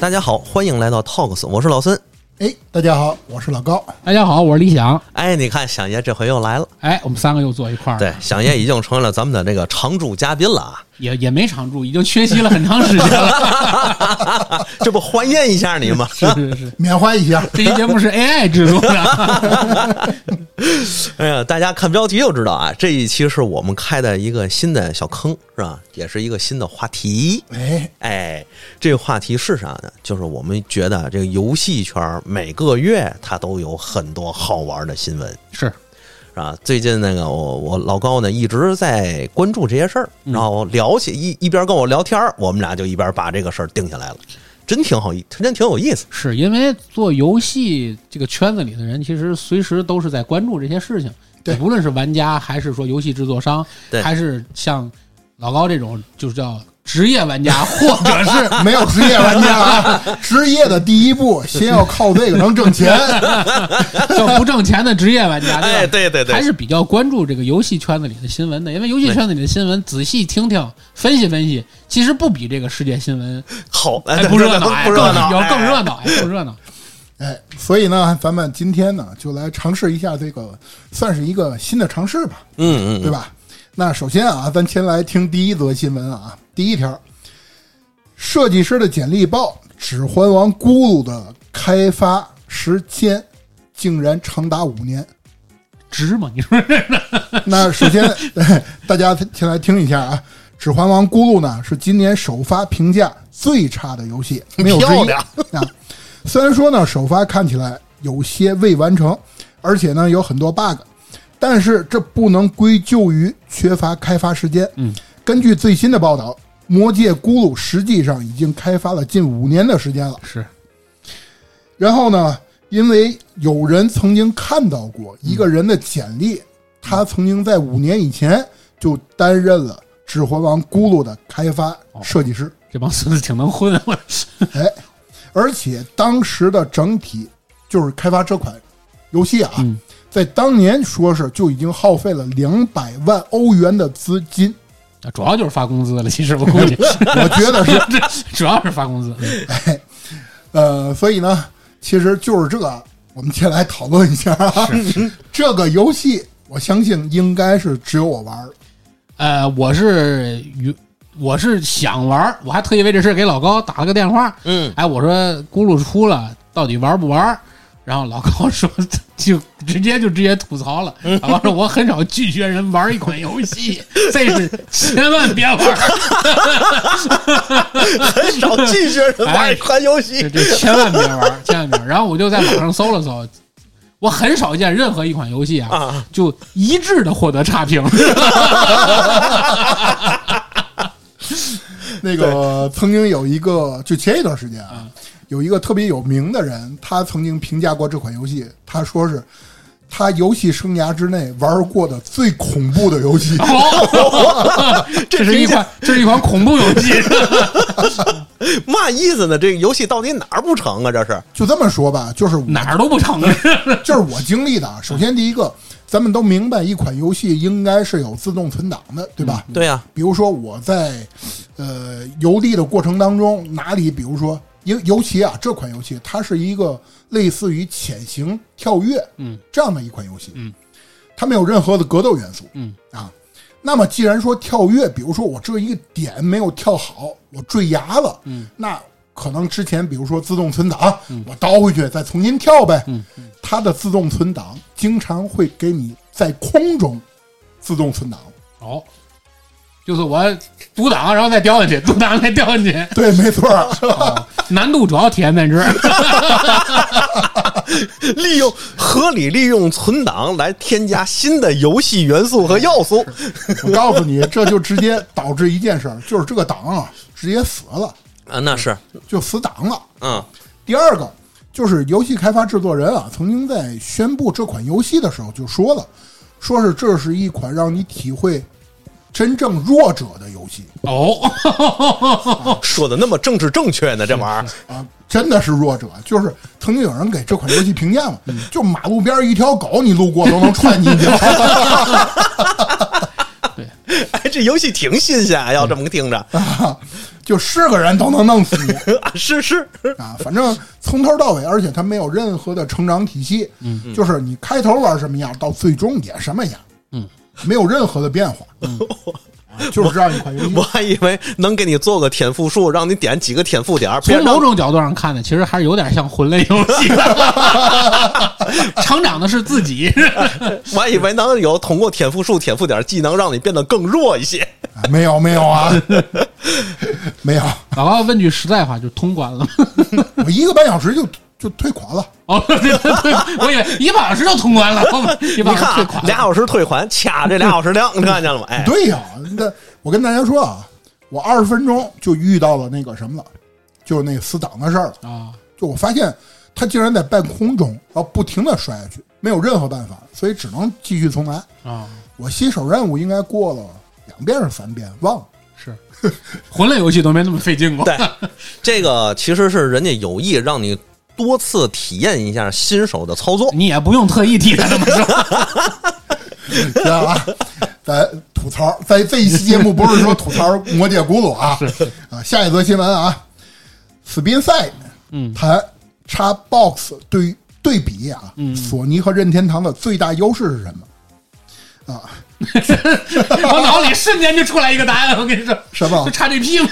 大家好，欢迎来到 Talks，我是老孙。哎，大家好，我是老高。大家好，我是李想。哎，你看响爷这回又来了，哎，我们三个又坐一块儿了， 对，响爷已经成为了咱们的这个常驻嘉宾了啊，也也没常住，已经缺席了很长时间了。啊 这不欢宴一下你吗？是是是，缅怀一 下，这期节目是 AI 制作的， 哎呀，大家看标题就知道啊，这一期是我们开的一个新的小坑，是吧？也是一个新的话题。哎，哎，这个话题是啥呢？就是我们觉得啊这个游戏圈每个月它都有很多好玩的新闻，是是吧？最近那个我我老高呢一直在关注这些事儿，然后聊起一一边跟我聊天儿，我们俩就一边把这个事儿定下来了，真挺好意，真挺有意思。是因为做游戏这个圈子里的人，其实随时都是在关注这些事情，对无论是玩家还是说游戏制作商对，还是像老高这种就是叫职业玩家，或者是没有职业玩家 啊，职业的第一步，先要靠这个能挣 钱。叫不挣钱的职业玩家，对吧？哎，对对对，还是比较关注这个游戏圈子里的新闻的，因为游戏圈子里的新闻仔细听听、分析分析，其实不比这个世界新闻好，哎对不热闹，对哎不热闹，更有更哎热闹，哎更热闹。哎，所以呢，咱们今天呢，就来尝试一下这个，算是一个新的尝试吧，嗯嗯，对吧？那首先啊，咱先来听第一则新闻啊，第一条，设计师的简历报《指环王》咕噜的开发时间竟然长达五年。值吗？你说这那 首先，对大家先来听一下啊，《指环王：咕噜》呢是今年首发评价最差的 游戏，没有之漂一 亮啊。虽然说呢，首发看起来有些未完成，而且呢有很多 bug，但是这不能归咎于缺乏开发时间。嗯，根据最新的报道，《魔界咕噜》实际上已经开发了近五年的时间了。是然后呢，因为有人曾经看到过一个人的简历，他曾经在五年以前就担任了《指环王》咕噜的开发设计师，这帮孙子挺能混啊，我而且当时的整体就是开发这款游戏啊，嗯在当年说是就已经耗费了两百万欧元的资金，啊主要就是发工资了。其实我估计，我觉得 是主要是发工资。嗯呃，所以呢，其实就是这个，我们先来讨论一下啊，这个游戏。我相信应该是只有我玩儿，呃，我是与我是想玩儿，我还特意为这事儿给老高打了个电话。嗯，哎，我说咕噜出了，到底玩不玩？然后老高说，就直接就直接吐槽了。老高说，我很少拒绝人玩一款游戏，这是千万别玩儿，很少拒绝人玩一款游 这戏。这千万别玩儿，千万别玩儿。然后我就在网上搜了搜，我很少见任何一款游戏啊，就一致的获得差评。。那个曾经有一个，就前一段时间啊，有一个特别有名的人，他曾经评价过这款游戏，他说是他游戏生涯之内玩过的最恐怖的游戏 哦，这是一款这是一款恐怖游戏。 嘛意思呢？这个游戏到底哪儿不成啊？这是就这么说吧，就是我哪儿都不成 啊！ 就是我经历的嗯啊。首先第一个，咱们都明白，一款游戏应该是有自动存档的，对吧？嗯对啊呀、比如说我在呃邮递的过程当中，哪里比如说，尤尤其啊这款游戏，它是一个类似于潜行、跳跃，嗯，这样的一款游戏，嗯，它没有任何的格斗元素，嗯啊。那么既然说跳跃，比如说我这一个点没有跳好，我坠崖了，嗯，那可能之前比如说自动存档，我倒回去再重新跳呗，嗯，它的自动存档经常会给你在空中自动存档。哦，就是我阻挡，然后再掉下去，阻挡再掉下去。对，没错儿，难度主要体现在这儿。利用合理利用存档来添加新的游戏元素和要素。 我告诉你，这就直接导致一件事儿，就是这个档啊，直接死了，啊，那是，就死档了。嗯第二个就是游戏开发制作人啊，曾经在宣布这款游戏的时候就说了，说是这是一款让你体会真正弱者的游戏哦，说的那么政治正确呢，这玩意儿。啊，真的是弱者。就是曾经有人给这款游戏评价嘛，就马路边儿一条狗，你路过都能踹你一脚。 哎，这游戏挺新鲜啊，要这么听着嗯啊，就是个人都能弄死你 啊，是是，啊！反正从头到尾，而且它没有任何的成长体系，嗯，就是你开头玩什么样，到最终也什么样，嗯，没有任何的变化，嗯， 啊就是这样一款游戏我。还以为能给你做个舔复数，让你点几个舔复点儿，别从让某种角度上看呢，其实还是有点像魂类游戏的， 成长的是自己。 我还以为能有通过舔复数、舔复点儿技能让你变得更弱一些。啊没有没有啊， 没有，老高问句实在话，就通关了吗？我一个半小时就就退款了。哦，对对对，我以为一个半小时就通关了， 一你半小看啊时退款，俩小时退还，掐这俩小时量，你看见了吗？哎，对呀、那我跟大家说啊，我二十分钟就遇到了那个什么了，就是那死党的事儿了。啊，就我发现他竟然在半空中，然后不停的摔下去，没有任何办法，所以只能继续重来。啊，我新手任务应该过了两遍还是三遍，忘了。是魂类游戏都没那么费劲过。对，这个其实是人家有意让你多次体验一下新手的操作。你也不用特意替他这么说， 知道吧？咱吐槽，在这一期节目不是说吐槽《魔界古鲁》啊，啊，下一则新闻啊，Spinside，嗯谈 Xbox 对对比啊，索尼和任天堂的最大优势是什么？啊我脑里瞬间就出来一个答案。我跟你说，什么就差这屁股。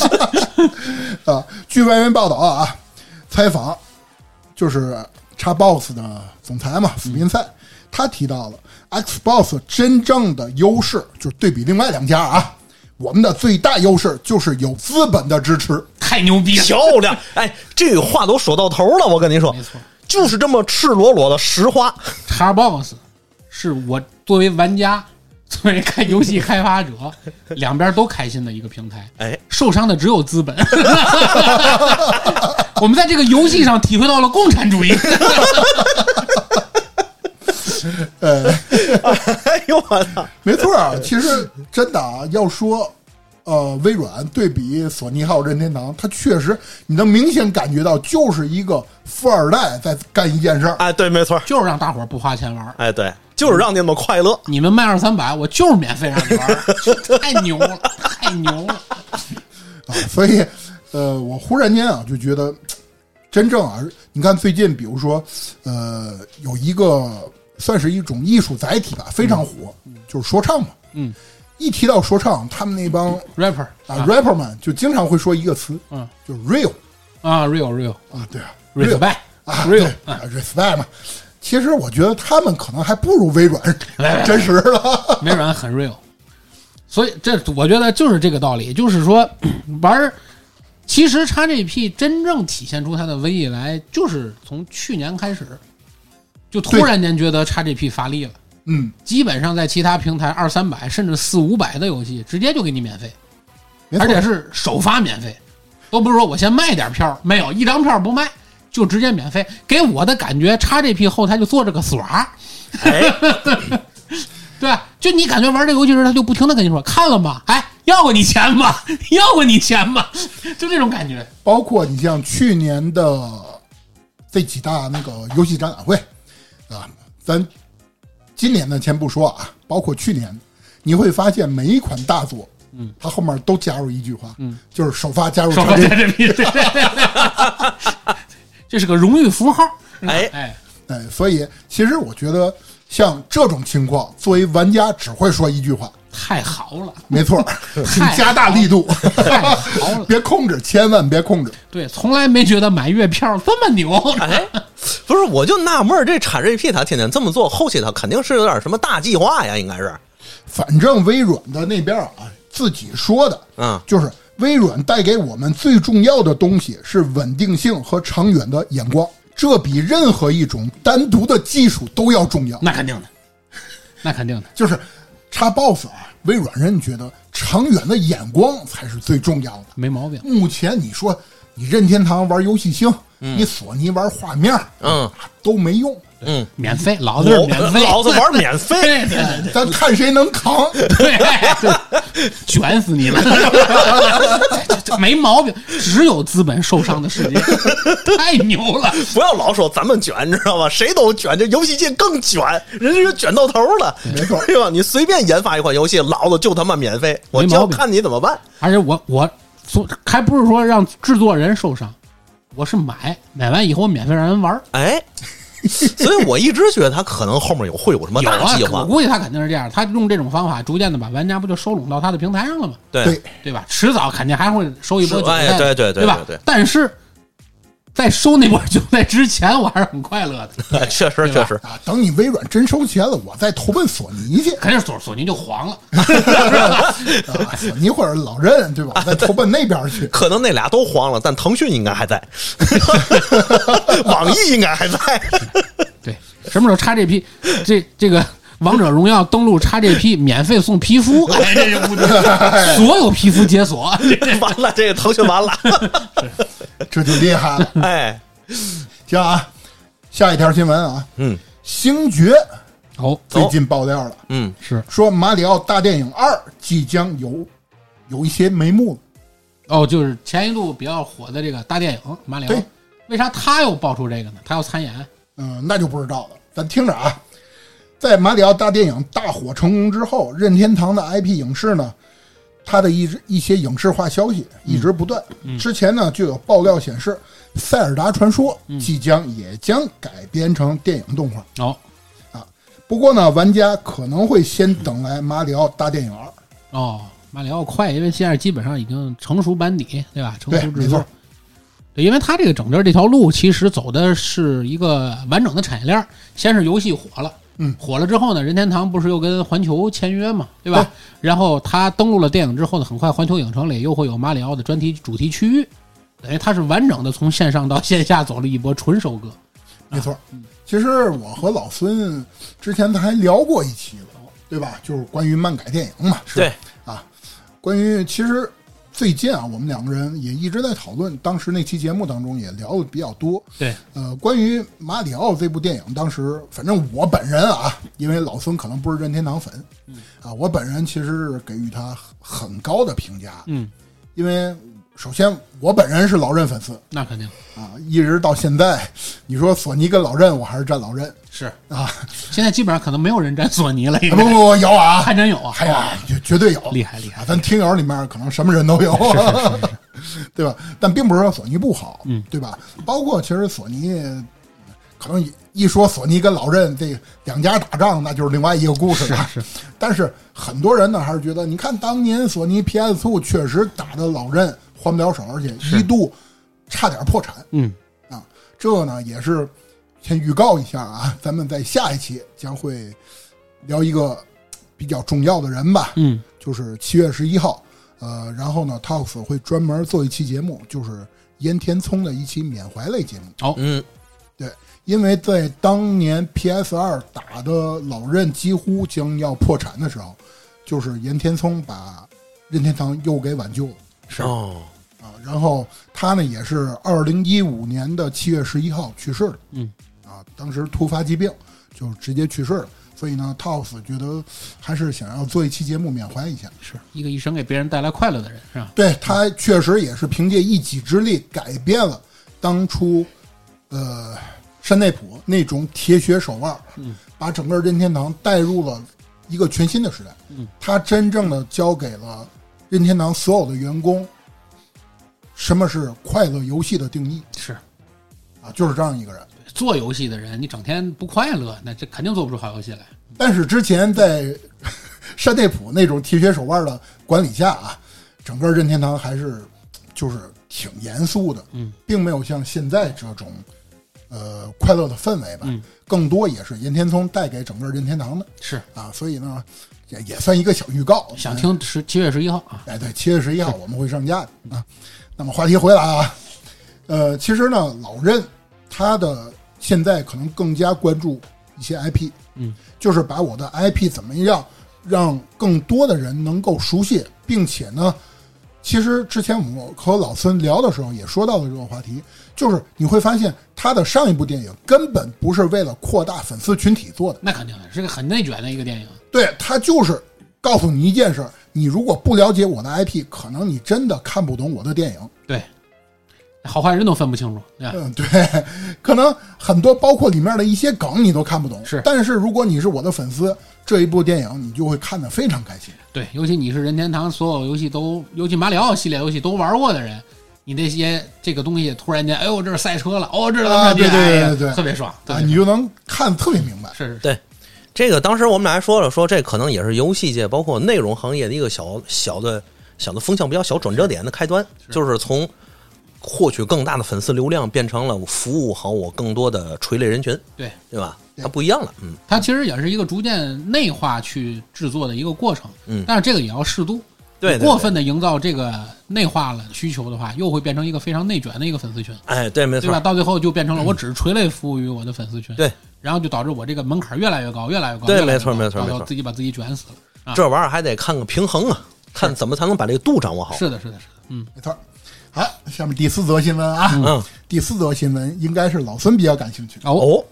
啊，据外媒报道啊，采访就是叉 box 的总裁嘛，斯宾塞，他提到了 Xbox 真正的优势，就是对比另外两家啊，我们的最大优势就是有资本的支持。太牛逼了！漂亮！哎，这话都说到头了，我跟你说，没错就是这么赤裸裸的实话。 Xbox 是我作为玩家、作为开游戏开发者，两边都开心的一个平台。哎， 受伤的只有资本。 我们在这个游戏上体会到了共产主义。 呃，哎呦我操！没错啊，其实真的啊，要说。呃，微软对比索尼还有任天堂，它确实你能明显感觉到，就是一个富二代在干一件事儿。哎，对，没错儿。就是让大伙儿不花钱玩儿。哎，对，就是让你们快乐。你们卖二三百，我就是免费让你玩儿， 太牛了，太牛了！啊，所以，呃，我忽然间啊，就觉得，真正啊，你看最近，比如说，呃，有一个算是一种艺术载体吧，非常火，就是说唱嘛。嗯，一提到说唱，他们那帮 rapper 啊 rapper 们就经常会说一个词，嗯就是 real 啊，real real 啊，对啊 real ，real 拜啊 real，对啊 respect 嘛。其实我觉得他们可能还不如微软 真实了。微软很 real，所以这我觉得就是这个道理，就是说玩儿。其实 XGP 真正体现出它的威力来，就是从去年开始，就突然间觉得 XGP 发力了。嗯，基本上在其他平台二三百甚至四五百的游戏，直接就给你免费，没错而且是首发免费，都不是说我先卖点票，没有一张票不卖，就直接免费。给我的感觉，叉 GP 后台就坐着个死娃，哎，对吧？就你感觉玩这游戏时，他就不停的跟你说看了吗？哎，要过你钱吗？要过你钱吗？ 就这种感 觉。包括你像去年的这几大那个游戏展览会啊，咱今年的先不说啊，包括去年，你会发现每一款大作，嗯，它后面都加入一句话，嗯，就是首发加入首叉发 G， XGP，对对对，这是个荣誉符号。哎哎，哎，所以其实我觉得像这种情况，作为玩家只会说一句话，太好了。没错儿， 请加大力度，太好 了别控制，千万别控制。对，从来没觉得买月票这么牛。哎，不是，我就纳闷儿，这产 GP 他天天这么做，后期他肯定是有点什么大计划呀，应该是。反正微软的那边啊，自己说的，嗯就是微软带给我们最重要的东西是稳定性和长远的眼光，这比任何一种单独的技术都要重嗯要。那肯定的，那肯定的。就是插 boss 啊，微软人觉得长远的眼光才是最重要的。没毛病。目前你说你任天堂玩游戏星，你索尼玩画面，啊嗯都没用，嗯，免费，老子是我免费，老子玩免费。对对对咱看谁能扛。对对，卷死你们！这这没毛病，只有资本受伤的世界，太牛了！不要老说咱们卷，你知道吗？谁都卷，这游戏界更卷，人家就卷到头了，没错对吧？你随便研发一款游戏，老子就他妈免费，我就要毛病看你怎么办。而且我我从还不是说让制作人受伤，我是买买完以后我免费让人玩儿。哎， 所以我一直觉得他可能后面有会有什么有大啊计，我划，估计他肯定是这样，他用这种方法逐渐的把玩家不就收拢到他的平台上了吗？对对，对吧？迟早肯定还会收一波韭菜是哎的，对对对对吧对对对但是在收那波韭菜之前，我还是很快乐的。哎确实对确吧，实，啊，等你微软真收钱了，我再投奔索尼去肯定是索索尼就黄了， 啊，索尼或者老任，对吧？我再投奔那边去。可能那俩都黄了，但腾讯应该还在，网易应该还在。对，什么时候 XGP 这这个王者荣耀登录 XGP 免费送 皮肤，哎，这是不哎对， 所有皮肤解锁， 完了，这个腾讯完了。这就厉害了。哎，听啊，下一条新闻啊，嗯，星爵哦，最近爆料了，嗯，是说《马里奥大电影二》即将有有一些眉目了。哦，就是前一度比较火的这个大电影《马里奥对》，为啥他又爆出这个呢？他要参演，嗯，那就不知道了。咱听着啊，在马里奥大电影大火成功之后，任天堂的 IP 影视呢，它的一直一些影视化消息一直不断。之前呢就有爆料显示，《塞尔达传说》即将也将改编成电影动画。哦不过呢，玩家可能会先等来马里奥大电影二。哦，马里奥快，因为现在基本上已经成熟班底，对吧？成熟对制没作啊错。对，因为他这个整个这条路其实走的是一个完整的产业链儿，先是游戏火了，嗯火了之后呢，任天堂不是又跟环球签约嘛，对吧？然后他登陆了电影之后呢，很快环球影城里又会有马里奥的专题主题区域，等于他是完整的从线上到线下走了一波纯收割。没错，其实我和老孙之前咱还聊过一期了，对吧？就是关于漫改电影嘛。是对，啊，关于其实最近啊，我们两个人也一直在讨论，当时那期节目当中也聊的比较多。对，呃，关于《马里奥》这部电影，当时反正我本人啊，因为老孙可能不是任天堂粉，啊，我本人其实是给予他很很高的评价，嗯，因为首先我本人是老任粉丝那肯定啊，一直到现在，你说索尼跟老任，我还是站老任是。啊，现在基本上可能没有人沾索尼了，应不该不不，有啊， 还真有啊，还有啊，绝绝对有，厉害厉害啊！咱听友里面可能什么人都有， 对吧？但并不是说索尼不好，嗯，对吧？包括其实索尼，可能一说索尼跟老任这两家打仗，那就是另外一个故事了。是但是很多人呢，还是觉得，你看当年索尼 PS Two 确实打的老任还不了手，而且一度差点破产嗯，啊。这呢也是先预告一下啊，咱们在下一期将会聊一个比较重要的人吧，嗯，就是七月十一号，呃，然后呢，Talks 会专门做一期节目，就是烟田聪的一期缅怀类节目。嗯，对，因为在当年 PS 二打的老任几乎将要破产的时候，就是岩田聪把任天堂又给挽救了是哦，啊。然后他呢也是二零一五年的七月十一号去世的，嗯，啊，当时突发疾病就直接去世了。所以呢，Toss 觉得还是想要做一期节目缅怀一下。是一个一生给别人带来快乐的人，是吧？对他确实也是凭借一己之力改变了当初，呃，山内溥那种铁血手腕，嗯，把整个任天堂带入了一个全新的时代。嗯，他真正的教给了任天堂所有的员工什么是快乐游戏的定义是啊，就是这样一个人。做游戏的人，你整天不快乐，那这肯定做不出好游戏来。但是之前在 山内溥那种铁血手腕的管理下啊，整个任天堂还是就是挺严肃的，嗯，并没有像现在这种呃快乐的氛围吧，嗯更多也是岩田聪带给整个任天堂的是啊，所以呢也也算一个小预告，想听十七月十一号啊，哎，对，七月十一号我们会上架的啊。那么话题回来啊，呃，其实呢，老任他的现在可能更加关注一些 IP，嗯，就是把我的 IP 怎么样让更多的人能够熟悉，并且呢，其实之前我和老孙聊的时候也说到了这个话题，就是你会发现他的上一部电影根本不是为了扩大粉丝群体做的。那肯定的，是个很内卷的一个电影。对他就是告诉你一件事儿：你如果不了解我的 IP，可能你真的看不懂我的电影。对，好坏人都分不清楚，对吧？嗯，对， 可能很多包括里面的一些梗你都看不懂。是但是如果你是我的粉丝，这一部电影你就会看得非常开心。对，尤其你是任天堂所有游戏都，尤其马里奥系列游戏都玩过的人，你那些这个东西突然间，哎呦，这是赛车了，哦，这是怎么啊着对地对哎呀对对对特别爽，对啊，，你就能看得特别明白。是是是，对，这个当时我们俩还说了，说这可能也是游戏界包括内容行业的一个小小的小的风向标、小转折点的开端，就是从获取更大的粉丝流量，变成了服务好我更多的垂类人群，对，对吧？对它不一样了，嗯，它其实也是一个逐渐内化去制作的一个过程，嗯但是这个也要适度，对对你对过分的营造这个内化了需求的话，又会变成一个非常内卷的一个粉丝群，哎，对，没对错吧？，到最后就变成了我只是垂类服务于我的粉丝群，嗯对，然后就导致我这个门槛越来越高，越来越高，对越来没越错高没错到没时候错自己把自己卷死了。啊这玩意儿还得看个平衡啊，看怎么才能把这个度掌握好。是的，是的，是的，嗯，没错儿。好，下面第四则新闻啊，嗯第四则新闻应该是老孙比较感兴趣。哦，哦，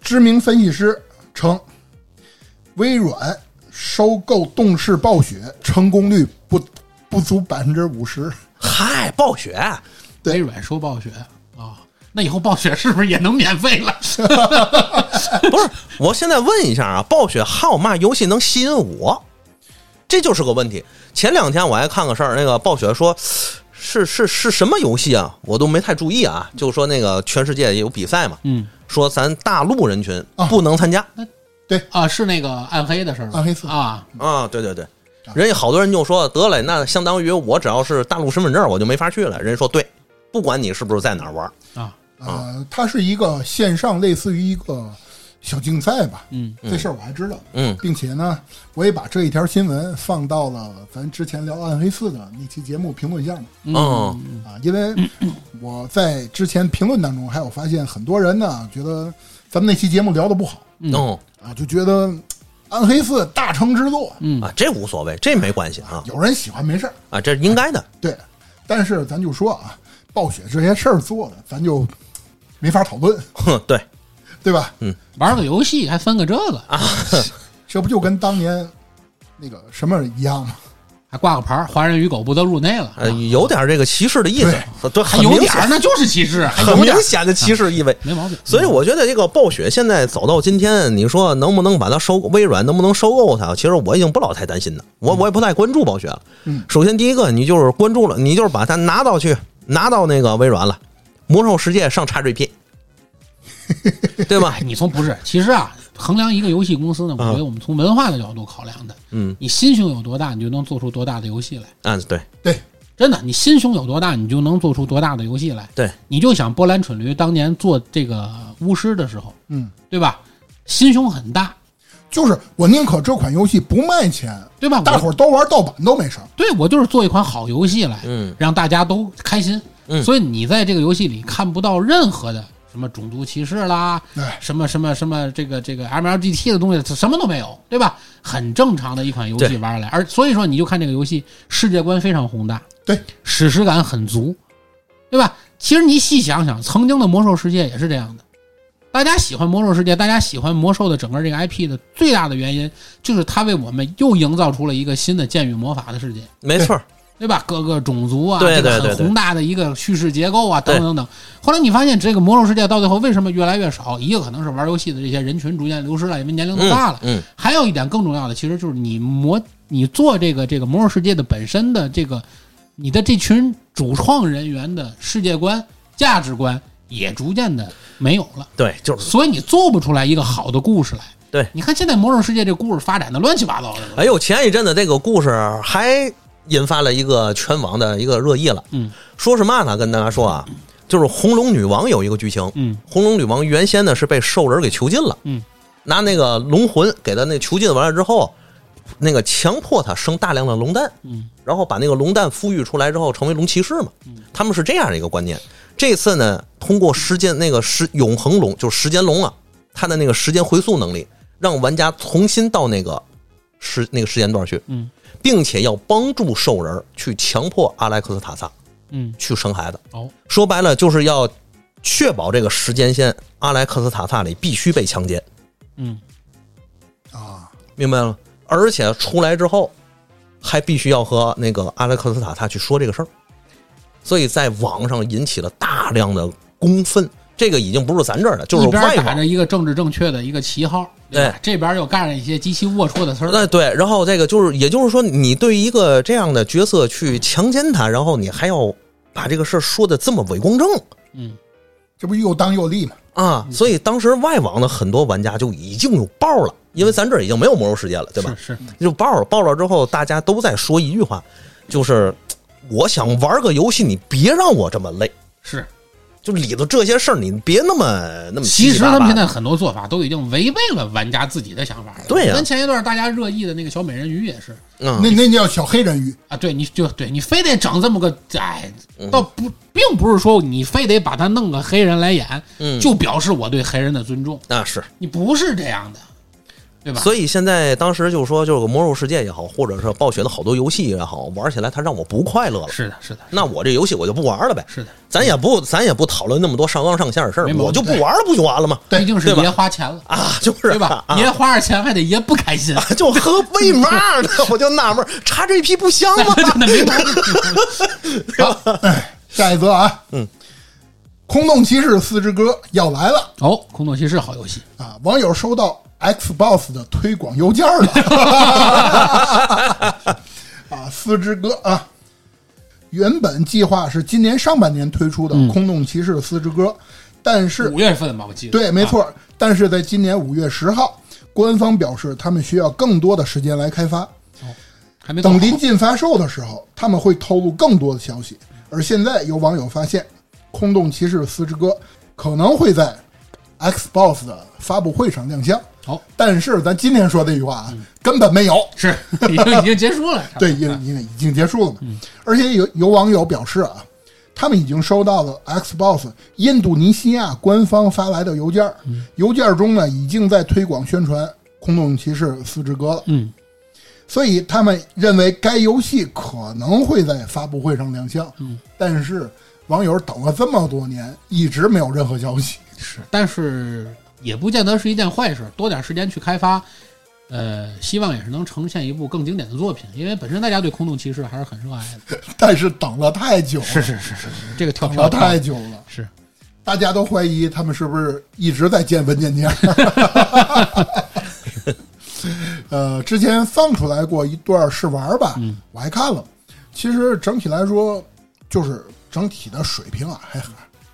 知名分析师称，微软收购动视暴雪成功率不不足百分之五十。嗨，暴雪，对微软收暴雪啊、那以后暴雪是不是也能免费 了？不是，我现在问一下啊，暴雪号嘛游戏能吸引我？这就是个问题。前两天我还看个事儿，那个暴雪说，是是是什么游戏啊？我都没太注意啊。就说那个全世界有比赛嘛，嗯说咱大陆人群啊不能参加啊，是那个暗黑的事儿吗，暗黑四啊，啊。对对对，人家好多人就说得嘞，那相当于我只要是大陆身份证，我就没法去了。人家说对，不管你是不是在哪儿玩，啊，呃，它是一个线上类似于一个小竞赛吧，嗯，这事儿我还知道。嗯并且呢，我也把这一条新闻放到了咱之前聊《暗黑四》的那期节目评论项目。嗯哦啊，因为 我在之前评论当中还有发现很多人呢觉得咱们那期节目聊的不好嗯哦啊，就觉得《暗黑四》大成之作，嗯啊，这无所谓，这没关系啊有人喜欢没事儿，啊，这是应该的。 对。但是咱就说啊，暴雪这些事儿做的，咱就没法讨论，哼，对，对吧？玩个游戏还分个这个， 啊这不就跟当年那个什么一样吗？还挂个牌儿“华人与狗不得入内”了，呃，啊有点这个歧视的意思，对，还很有明点儿，显，那就是歧视，还很有明点儿显的嗯歧视意味。没毛病。所以我觉得这个暴雪现在走到今天，你说能不能把它收购？微软能不能收购它？其实我已经不老太担心了，我我也不太关注暴雪了。嗯首先第一个，你就是关注了，你就是把它拿到去拿到那个微软了，《魔兽世界》上 XGP，对吧哎，？你从不是，其实啊，衡量一个游戏公司呢，我觉得我们从文化的角度考量的，嗯，你心胸有多大，你就能做出多大的游戏来。嗯，对对，真的，你心胸有多大，你就能做出多大的游戏来。对，你就想波兰蠢驴当年做这个巫师的时候，嗯，对吧？心胸很大，就是我宁可这款游戏不卖钱，对吧？大我伙儿都玩盗版都没事儿。对我就是做一款好游戏来，嗯，让大家都开心。嗯所以你在这个游戏里看不到任何的什么种族歧视啦，哎，什么什么什么这个这个 MLGT 的东西，什么都没有，对吧？很正常的一款游戏对玩下来，而所以说你就看这个游戏世界观非常宏大，对，史诗感很足，对吧？其实你细想想，曾经的魔兽世界也是这样的。大家喜欢魔兽世界，大家喜欢魔兽的整个这个 IP 的最大的原因，就是它为我们又营造出了一个新的剑与魔法的世界。没错，对吧？各个种族啊，对这个对对很对宏大的一个叙事结构啊，对等等等等。后来你发现这个魔兽世界到最后为什么越来越少？一个可能是玩游戏的这些人群逐渐流失了，因为年龄都嗯大了。嗯，还有一点更重要的，其实就是你魔你做这个这个魔兽世界的本身的这个你的这群主创人员的世界观、价值观也逐渐的没有了，对，就是，所以你做不出来一个好的故事来。对你看现在魔兽世界这故事发展的乱七八糟的，哎呦，前一阵子这个故事还引发了一个全网的一个热议了。嗯说是嘛呢？跟大家说啊，就是红龙女王有一个剧情，嗯红龙女王原先呢是被兽人给囚禁了，嗯，拿那个龙魂给她那囚禁完了之后，那个强迫她生大量的龙蛋，嗯，然后把那个龙蛋孵育出来之后成为龙骑士嘛，他们是这样的一个观念。这次呢，通过时间那个时永恒龙，就是时间龙啊，它的那个时间回溯能力，让玩家重新到那个时那个时间段去，嗯，并且要帮助兽人去强迫阿莱克斯塔萨嗯去生孩子。哦说白了就是要确保这个时间线，阿莱克斯塔萨里必须被强奸，嗯啊，明白了吗？而且出来之后，还必须要和那个阿莱克斯塔他去说这个事儿，所以在网上引起了大量的公愤。这个已经不是咱这儿的，就是一边外打网着。一个政治正确的一个旗号，对吧对这边又干了一些极其龌龊的词儿，那哎对，然后这个就是，也就是说，你对一个这样的角色去强奸他，然后你还要把这个事儿说的这么伪公正嗯，这不又当又立吗？啊，所以当时外网的很多玩家就已经有爆了，因为咱这儿已经没有魔兽世界了，对吧？是是，就爆了，爆了之后，大家都在说一句话，就是我想玩个游戏，你别让我这么累。是，就里头这些事儿，你别那么那么其稀实稀他巴们巴现的。在很多做法都已经违背了玩家自己的想法了。对呀跟前一段大家热议的那个小美人鱼也是嗯，那那叫小黑人鱼，啊，对，你就对你非得整这么个，哎，嗯倒不，并不是说你非得把他弄个黑人来演，嗯就表示我对黑人的尊重，那啊是。你不是这样的，对吧？所以现在当时就说，就是个魔兽世界也好，或者是暴雪的好多游戏也好，玩起来它让我不快乐了。是的，是的，那我这游戏我就不玩了呗。是的，咱也不咱也不讨论那么多上纲上线的事儿没，毛病我就不玩了，不就完了吗？毕竟是对吧爷花钱了，啊，就是对吧？啊爷花着钱还得爷不开心， 就喝为嘛呢？ 我就纳闷儿，XGP 不香 吗？ 真的没毛病。哎，下一则啊，嗯，空洞骑士四之歌要来了哦，空洞骑士好游戏，啊！网友收到 Xbox 的推广邮件 了，啊，四之歌啊，原本计划是今年上半年推出的《空洞骑士四之歌》，但是嗯五月份吧，我记得。啊对，没错。但是在今年五月十号，官方表示他们需要更多的时间来开发。还没做好等临近发售的时候，他们会透露更多的消息。而现在有网友发现，《空洞骑士四之歌》可能会在 Xbox 的发布会上亮相。好但是咱今天说这句话啊，根本没有。是已经已经结束了，差不多 对，因为因为已经结束了嘛。而且有有网友表示啊，他们已经收到了 Xbox 印度尼西亚官方发来的邮件儿，邮件儿中呢已经在推广宣传《空洞骑士四之歌》了。嗯，所以他们认为该游戏可能会在发布会上亮相。嗯，但是网友等了这么多年，一直没有任何消息。是，但是也不见得是一件坏事，多点时间去开发，呃，希望也是能呈现一部更经典的作品，因为本身大家对空洞骑士还是很热爱的。但是等了太久了，是是是是，这个跳等票了太久了。是大家都怀疑他们是不是一直在建文件 夹。呃，之前放出来过一段试玩吧，嗯我还看了。其实整体来说，就是整体的水平啊，还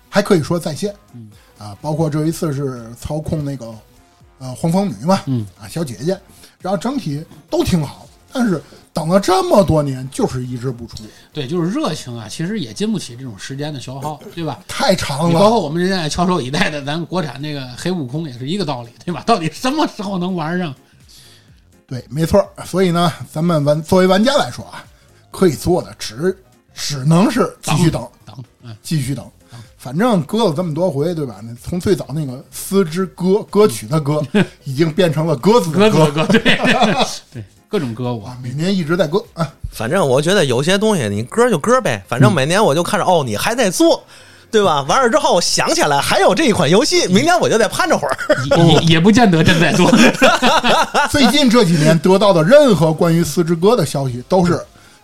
还可以说在线。嗯啊，包括这一次是操控那个呃黄蜂女嘛，嗯啊小姐姐，然后整体都挺好，但是等了这么多年，就是一直不出，对，就是热情啊，其实也经不起这种时间的消耗，对吧？太长你包了。括我们现在翘首以待的，咱国产那个黑悟空也是一个道理，对吧？到底什么时候能玩上？对，没错儿。所以呢，咱们玩作为玩家来说啊，可以做的只只能是继续等，等，嗯，继续等。反正搁了这么多回，对吧？那从最早那个《丝之歌》歌曲的 歌，已经变成了鸽子鸽的子歌的 歌，对对，各种歌我啊，每年一直在歌啊。反正我觉得有些东西你割就割呗，反正每年我就看着哦，你还在做，对吧？完了之后想起来还有这一款游戏，明年我就再盼着会儿。也也也不见得真在 做。啊最近这几年得到的任何关于《四之歌》的消息，都是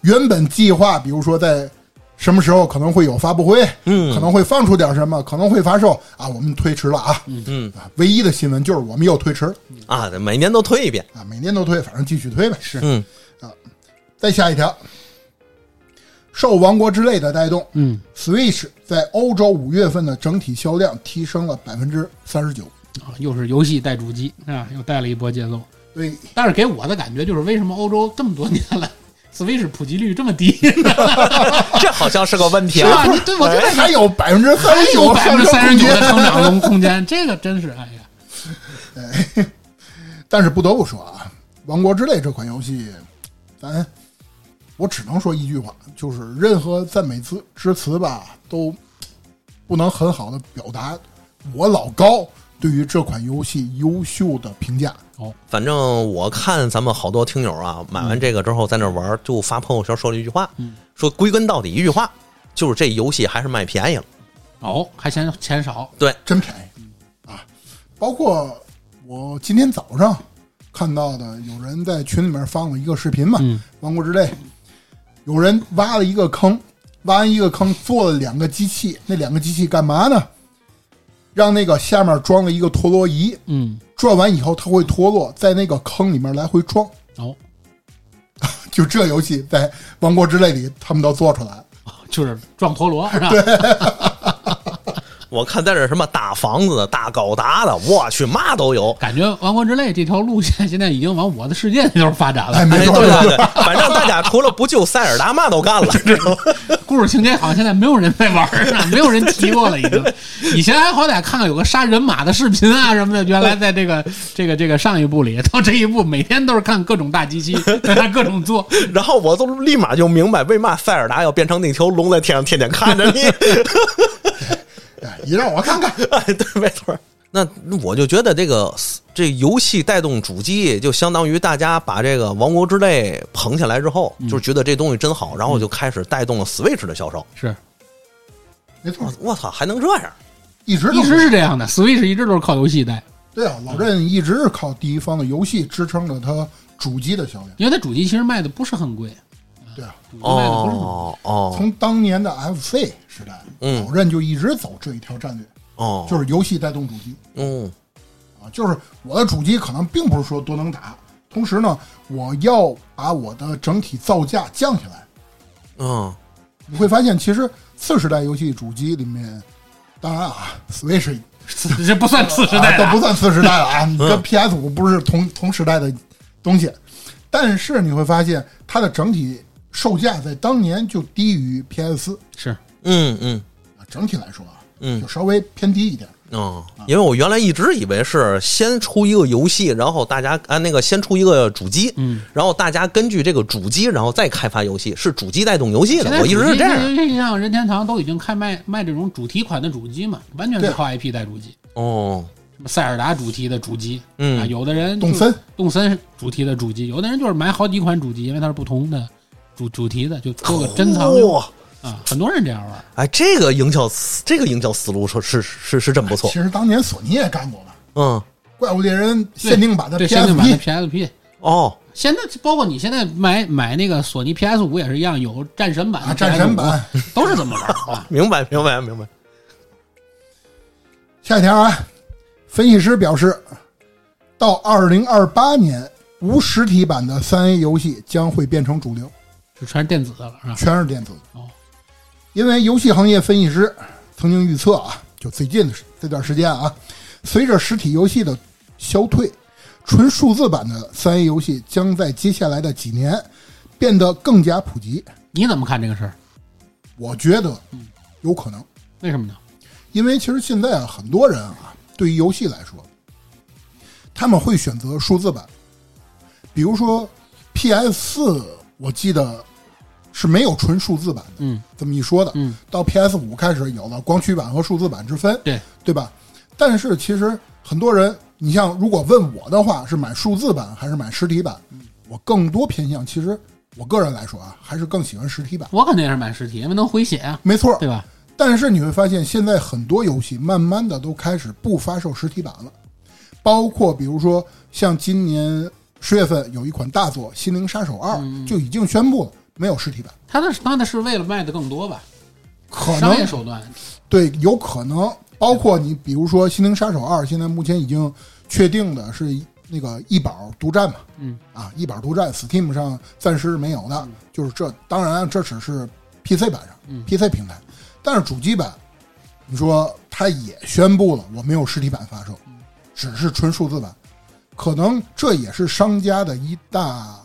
原本计划，比如说在什么时候可能会有发布会，嗯，可能会放出点什么，可能会发售啊，我们推迟了啊，嗯啊，唯一的新闻就是我们又推迟了 啊，每年都推一遍。啊，每年都推，反正继续推呗，是。啊嗯，再下一条，受《王国之泪》的带动，嗯，Switch 在欧洲五月份的整体销量提升了百分之三十九。啊，又是游戏带主机啊，又带了一波节奏。对，但是给我的感觉就是，为什么欧洲这么多年了，Switch 普及率这么低哎呢？ 这好像是个问题是啊。吧？你对我真的还有百分之三还十有九百分之三十九的成长空空间，这个真是哎呀，但是不得不说啊，《王国之泪》这款游戏，咱我只能说一句话，就是任何赞美之之词吧，都不能很好的表达我老高对于这款游戏优秀的评价。反正我看咱们好多听友啊，买完这个之后在那玩儿，就发朋友圈说了一句话，说归根到底一句话，就是这游戏还是卖便宜了。哦，还嫌钱少，对，真便宜啊！包括我今天早上看到的，有人在群里面发过一个视频嘛，嗯王国之泪》，有人挖了一个坑，挖完一个坑，做了两个机器，那两个机器干嘛呢？让那个下面装了一个陀螺仪，嗯，转完以后它会脱落，在那个坑里面来回装。 哦，就这游戏在《王国之泪》里，他们都做出来了。就是撞陀螺是吧？我看在这什么大房子的、大高达的，我去，嘛都有。感觉《王国之泪》这条路线现在已经往我的世界那头发展哎，了，哎， 没对错，对对，反正大家除了不救塞尔达，嘛都 干了，知道吗？故事情节好像现在没有人在玩儿了，没有人提过了，已经。以前还好歹看看有个杀人马的视频啊什么的，原来在这个这个这个上一部里，到这一部每天都是看各种大机器，在那各种做，然后我都立马就明白为嘛塞尔达要变成那条龙在天上天天看着 你。哎你让我看看，哎，对，没错儿。那我就觉得这个这游戏带动主机，就相当于大家把这个《王国之泪》捧起来之后，就是觉得这东西真好，然后就开始带动了 Switch 的销售。是没错，我操，还能这样？一直一都直是这样的。Switch 一直都是靠游戏带，对啊，老任一直是靠第一方的游戏支撑着它主机的销量。因为它主机其实卖的不是很贵，对啊，主机卖的不是很贵。哦嗯哦从当年的 FC 时代，嗯老任就一直走这一条战略，哦，就是游戏带动主机嗯啊，就是我的主机可能并不是说多能打，同时呢，我要把我的整体造价降下来。嗯你会发现，其实次时代游戏主机里面，当然啊，Switch 这不算次时代都的，不算次时代了啊，嗯你跟 PS 五不是同同时代的东西。但是你会发现，它的整体售价在当年就低于 PS 四是嗯嗯啊，整体来说啊，嗯就稍微偏低一点。哦，因为我原来一直以为是先出一个游戏，然后大家啊按那个先出一个主机，嗯，然后大家根据这个主机，然后再开发游戏，是主机带动游戏现的在。我一直是这样。主机像任天堂都已经开卖卖这种主题款的主机嘛，完全是靠 IP 带主机，哦，什么塞尔达主题的主机，嗯啊，有的人就动森动森主题的主机，有的人就是买好几款主机，因为它是不同的主主题的，就做个珍藏哦用哇啊，很多人这样玩。哦哎，这个营销思这个营销思路是是是是真不错其，实当年索尼也干过嘛，嗯， 《怪物猎人》限定版的对限定版的 PSP， PSP，哦，现在包括你现在买买那个索尼 PS 五也是一样，有战神版的啊，战神版。 PS5 都是这么玩 儿啊。明白明白明白，下一条啊，分析师表示，到二零二八年，无实体版的三 A 游戏将会变成主流，就全是电子的了，是吧？全是电子的哦，因为游戏行业分析师曾经预测啊，就最近的时这段时间啊，随着实体游戏的消退，纯数字版的三 A 游戏将在接下来的几年变得更加普及。你怎么看这个事儿？我觉得有可能，为什么呢？因为其实现在啊，很多人啊，对于游戏来说，他们会选择数字版，比如说 PS 四，我记得是没有纯数字版的，嗯，这么一说的，嗯，到 PS 五开始有了光驱版和数字版之分，对，对吧？但是其实很多人，你像如果问我的话，是买数字版还是买实体版，嗯我更多偏向，其实我个人来说啊，还是更喜欢实体版，我肯定也是买实体，因为能回血啊，没错，对吧？但是你会发现，现在很多游戏慢慢的都开始不发售实体版了，包括比如说像今年十月份有一款大作《心灵杀手二》嗯就已经宣布了没有实体版，他那他那是为了卖的更多吧？可商业能手段，对有可能，包括你比如说《心灵杀手二》，现在目前已经确定的是那个一宝独占嘛，嗯啊，一宝独占，Steam 上暂时是没有的，就是这当然这只是 PC 版上、嗯 PC 平台，但是主机版，你说它也宣布了我没有实体版发售，只是纯数字版，可能这也是商家的一大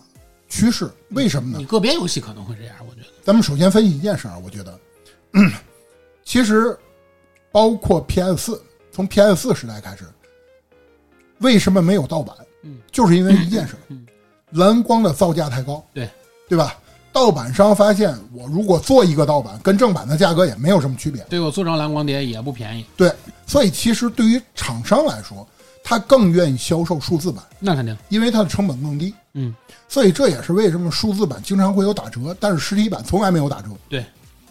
趋势。为什么你呢？个别游戏可能会这样，我觉得。咱们首先分析一件事儿，我觉得，其实包括 PS 四，从 PS 四时代开始，为什么没有盗版？嗯，就是因为一件事儿嗯，蓝光的造价太高，对对吧？盗版商发现，我如果做一个盗版，跟正版的价格也没有什么区别。对我做成蓝光碟也不便宜，对，所以其实对于厂商来说，他更愿意销售数字版，那肯定。因为它的成本更低。嗯，所以这也是为什么数字版经常会有打折，但是实体版从来没有打折，对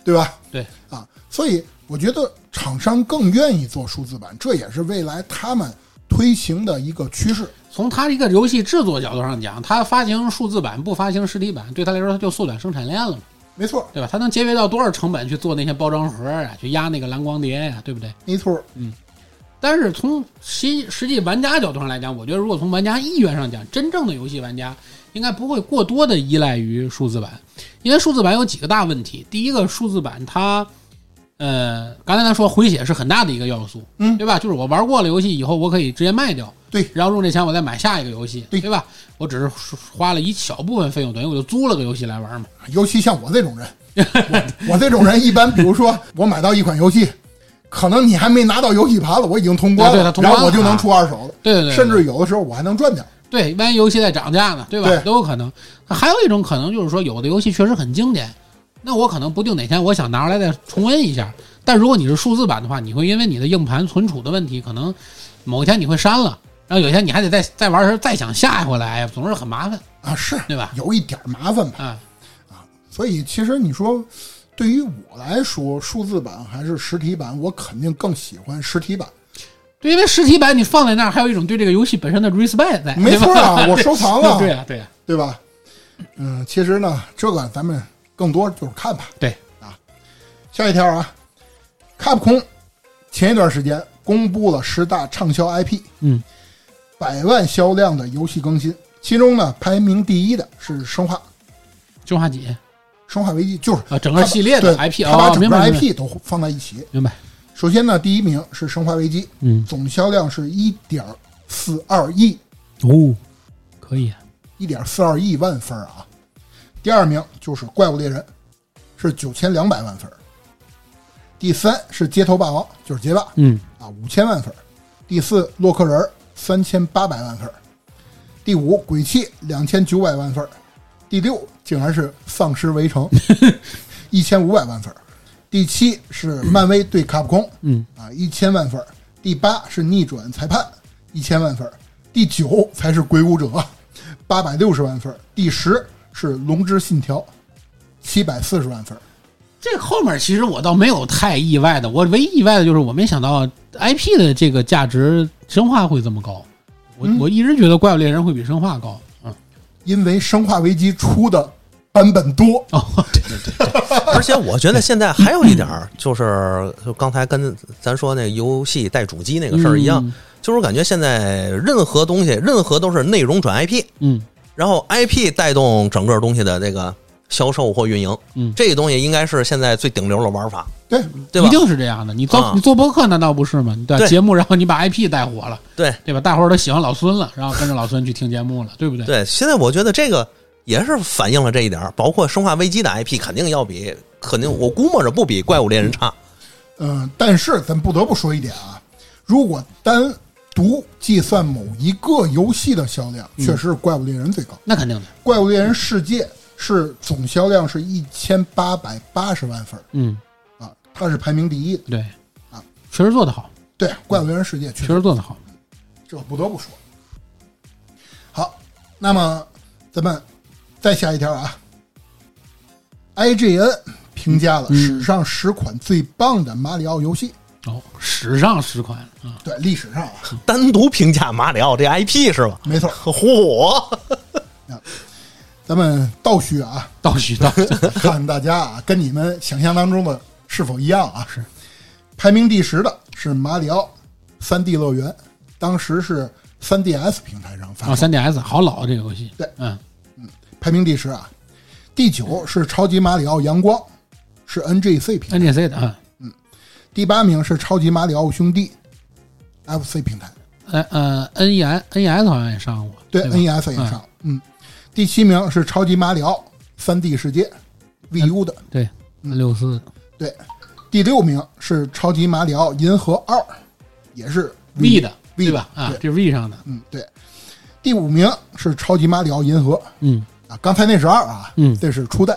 对吧？对，啊，所以我觉得厂商更愿意做数字版，这也是未来他们推行的一个趋势。从它一个游戏制作角度上讲，它发行数字版不发行实体版，对它来说它就缩短生产链了嘛，没错，对吧？它能节约到多少成本去做那些包装盒啊，去压那个蓝光碟呀、对不对？没错，但是从实实际玩家角度上来讲，我觉得如果从玩家意愿上讲，真正的游戏玩家应该不会过多的依赖于数字版，因为数字版有几个大问题。第一个，数字版它，呃，刚才咱说回血是很大的一个要素，嗯对吧？就是我玩过了游戏以后，我可以直接卖掉，对然后用这钱我再买下一个游戏，对吧？我只是花了一小部分费用，等于我就租了个游戏来玩嘛。啊尤其像我这 种人，我我这种人一般，比如说我买到一款游戏，可能你还没拿到游戏盘了，我已经通关啊对了，它通关然后我了就能啊出二手了，对对对，甚至有的时候我还能赚点儿。对，万一游戏再涨价呢，对吧？对都有可能。还有一种可能就是说，有的游戏确实很经典，那我可能不定哪天我想拿出来再重温一下。但如果你是数字版的话，你会因为你的硬盘存储的问题，可能某一天你会删了，然后有一天你还得再再玩的时候再想下回来，哎呀总是很麻烦，啊，是对吧有一点儿麻烦吧。啊。所以其实你说，对于我来说，数字版还是实体版，我肯定更喜欢实体版。对，因为实体版你放在那儿，还有一种对这个游戏本身的 respect 在，没错啊对吧我收藏了 对啊，对啊，对吧？嗯，其实呢，这个咱们更多就是看吧。对啊，下一条啊，卡普空前一段时间公布了十大畅销 IP，嗯，百万销量的游戏更新，其中呢排名第一的是《生化生化几生化危机》，就是啊，整个系列对的 IP 他把哦，整明个白明白 IP 都放在一起。明白，首先呢，第一名是《生化危机》，嗯，总销量是一点四二亿，哦，可以啊，一点四二亿万分儿啊。第二名就是《怪物猎人》，是九千两百万分儿。第三是《街头霸王》，就是街霸嗯，啊，五千万分儿。第四，《洛克人》三千八百万分儿。第五，《鬼泣》两千九百万分儿。第六，竟然是《丧尸围城》，一千五百万分儿。第七是漫威对卡普空，嗯啊，一千万分儿。第八是逆转裁判，一千万分儿。第九才是鬼舞者，八百六十万分儿。第十是龙之信条，七百四十万分儿。这后面其实我倒没有太意外的，我唯一意外的就是我没想到 IP 的这个价值生化会这么高，我、我一直觉得怪物猎人会比生化高，嗯，因为《生化危机》出的版本多，哦，对对对，而且我觉得现在还有一点儿，就是就刚才跟咱说那游戏带主机那个事儿一样，嗯就是我感觉现在任何东西，任何都是内容转 IP，嗯然后 IP 带动整个东西的这个销售或运营，嗯，这个东西应该是现在最顶流的玩法，对，对吧一？定是这样的。你做、啊你做播客难道不是吗？你对对节目，然后你把 IP 带火了，对对吧？大伙儿都喜欢老孙了，然后跟着老孙去听节目了，对不对？对，现在我觉得这个也是反映了这一点儿，包括《生化危机》的 IP 肯定要比肯定我估摸着不比《怪物猎人》差，嗯、但是咱不得不说一点啊，如果单独计算某一个游戏的销量，确实是《怪物猎人》最高。那肯定的， 《怪物猎人世界》是总销量是一千八百八十万份儿嗯，啊，它是排名第一的。对，啊，确实做得好，对，《怪物猎人世界》确确实实做得好，这不得不说。好，那么咱们再下一条啊，IGN 评价嗯了史上十款最棒的马里奥游戏。哦，史上十款啊，对，历史上啊，单独评价马里奥这 IP 是吧？没错，嚯，咱们倒叙啊，倒叙倒叙，看看大家啊，跟你们想象当中的是否一样啊？是，排名第十的是《马里奥三 D 乐园》，当时是三 DS 平台上发啊，售，三 DS 好老啊这个游戏，对嗯，排名第十啊。第九是《超级马里奥阳光》，是 NGC 平台； NGC 的啊。第八名是《超级马里奥兄弟》，FC 平台，呃呃，N E S N E S 好像也上过，对吧 NES 也上。嗯，第七名是《超级马里奥三 D 世界》，VU 的。对嗯六四对，第六名是《超级马里奥银河二》，也是 V 的 V 对吧？的啊，对这是 V 上的，嗯，对。第五名是《超级马里奥银河》嗯啊，刚才那是二啊，嗯这是初代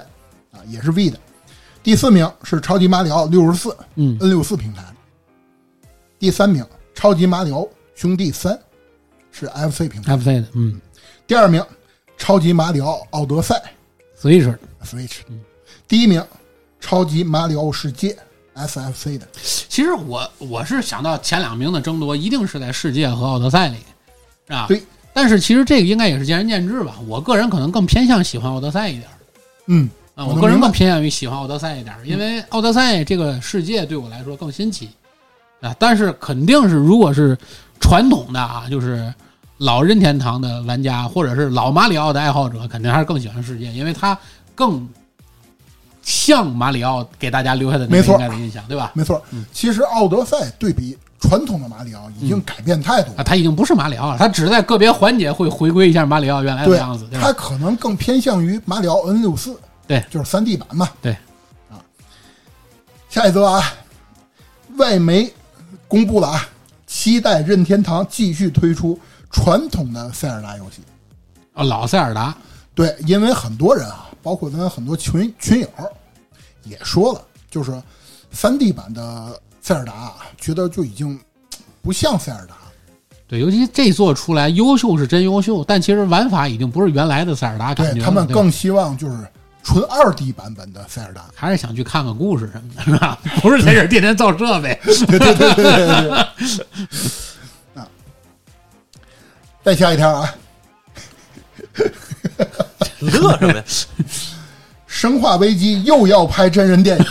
啊，也是 V 的。第四名是《超级马里奥六十四嗯， N 六四平台的。第三名，《超级马里奥兄弟三》是 FC 平台。 F C 的，嗯第二名，《超级马里奥奥德赛，Switch 的》 Switch。第一名，《超级马里奥世界》 SFC 的，其实我我是想到前两名的争夺一定是在世界和奥德赛里，是吧？对。但是其实这个应该也是见仁见智吧。我个人可能更偏向喜欢奥德赛一点儿嗯，我啊，我能个人明白更偏向于喜欢奥德赛一点儿，因为奥德赛这个世界对我来说更新奇啊。但是肯定是如果是传统的啊，就是老任天堂的玩家或者是老马里奥的爱好者，肯定还是更喜欢世界，因为它更像马里奥给大家留下的那没个错应该的印象，对吧？没错。嗯其实奥德赛对比传统的马里奥已经改变太多了啊，，他已经不是马里奥了，他只是在个别环节会回归一下马里奥原来的对样子，，对它吧？可能更偏向于马里奥 N 六四，对就是三 D 版嘛，对啊。下一则啊，外媒公布了啊，期待任天堂继续推出传统的塞尔达游戏。哦，老塞尔达，对，因为很多人啊，包括咱很多群群友也说了，就是三 D 版的塞尔达啊，觉得就已经嘖不像塞尔达。对，尤其这座出来优秀是真优秀，但其实玩法已经不是原啊来的塞尔达感对觉了，他们对吧更希望就是纯二 D 版本的塞尔达。还是想去看看故事什么的，是吧？不是在这儿天天造设备，对对对对对对。 啊，再下一条啊，乐什么呀？ 《生化危机》又要拍真人电影，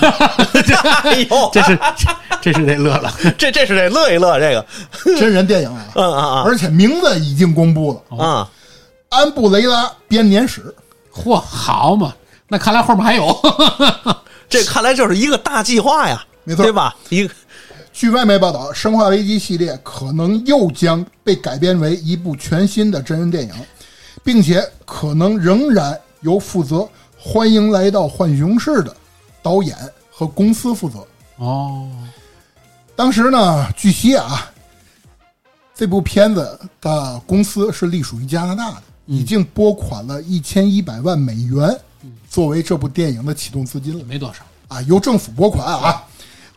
哎呦， 这 是这是得乐了。这这是得乐一乐，这个，真人电影啊，嗯嗯而且名字已经公布了，《嗯啊，安布雷拉编年史》。 嚯，好嘛，那看来后面还有。 这看来就是一个大计划呀，没错对吧？一个据外媒报道，《生化危机》系列可能又将被改编为一部全新的真人电影，并且可能仍然由负责《欢迎来到浣熊市》的导演和公司负责。哦，当时呢，据悉啊，这部片子的公司是隶属于加拿大的，已经拨款了一千一百万美元作为这部电影的启动资金了没多少，啊，由政府拨款啊。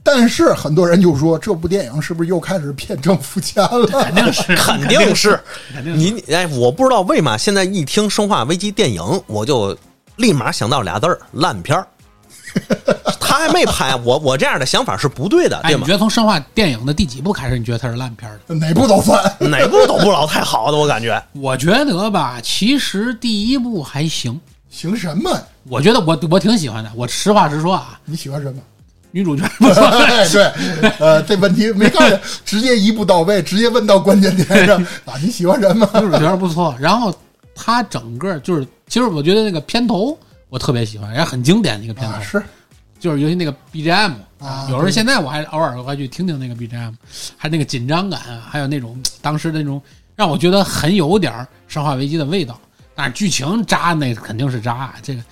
但是很多人就说，这部电影是不是又开始骗政府钱了？ 肯定是，肯定定是肯定是你你哎，我不知道为嘛现在一听《生化危机》电影，我就立马想到俩字儿烂片儿。他还没拍我，我这样的想法是不对的，哎，对你吗觉？得从生化电影的第几部开始，你觉得它是烂片儿的？哪部都算。哪部都不老太好的，我感觉。我觉得吧，其实第一部还行，行什么？我觉得我我挺喜欢的。我实话实说啊，你喜欢什么？ 女主角 哎对，呃，这问题没看见，直接一步到位，直接问到关键点上啊！你喜欢什 么？女主角不错，然后她整个就是，其实我觉得那个片头我特别喜欢，也很经典的一个片头，啊，是就是尤其那个 BGM 啊有时候对现在我还偶尔会去听听那个 BGM，还有那个紧张感啊，还有那种当时的那种让我觉得很有点儿《生化危机》的味道，但是剧情渣那肯定是渣啊，这个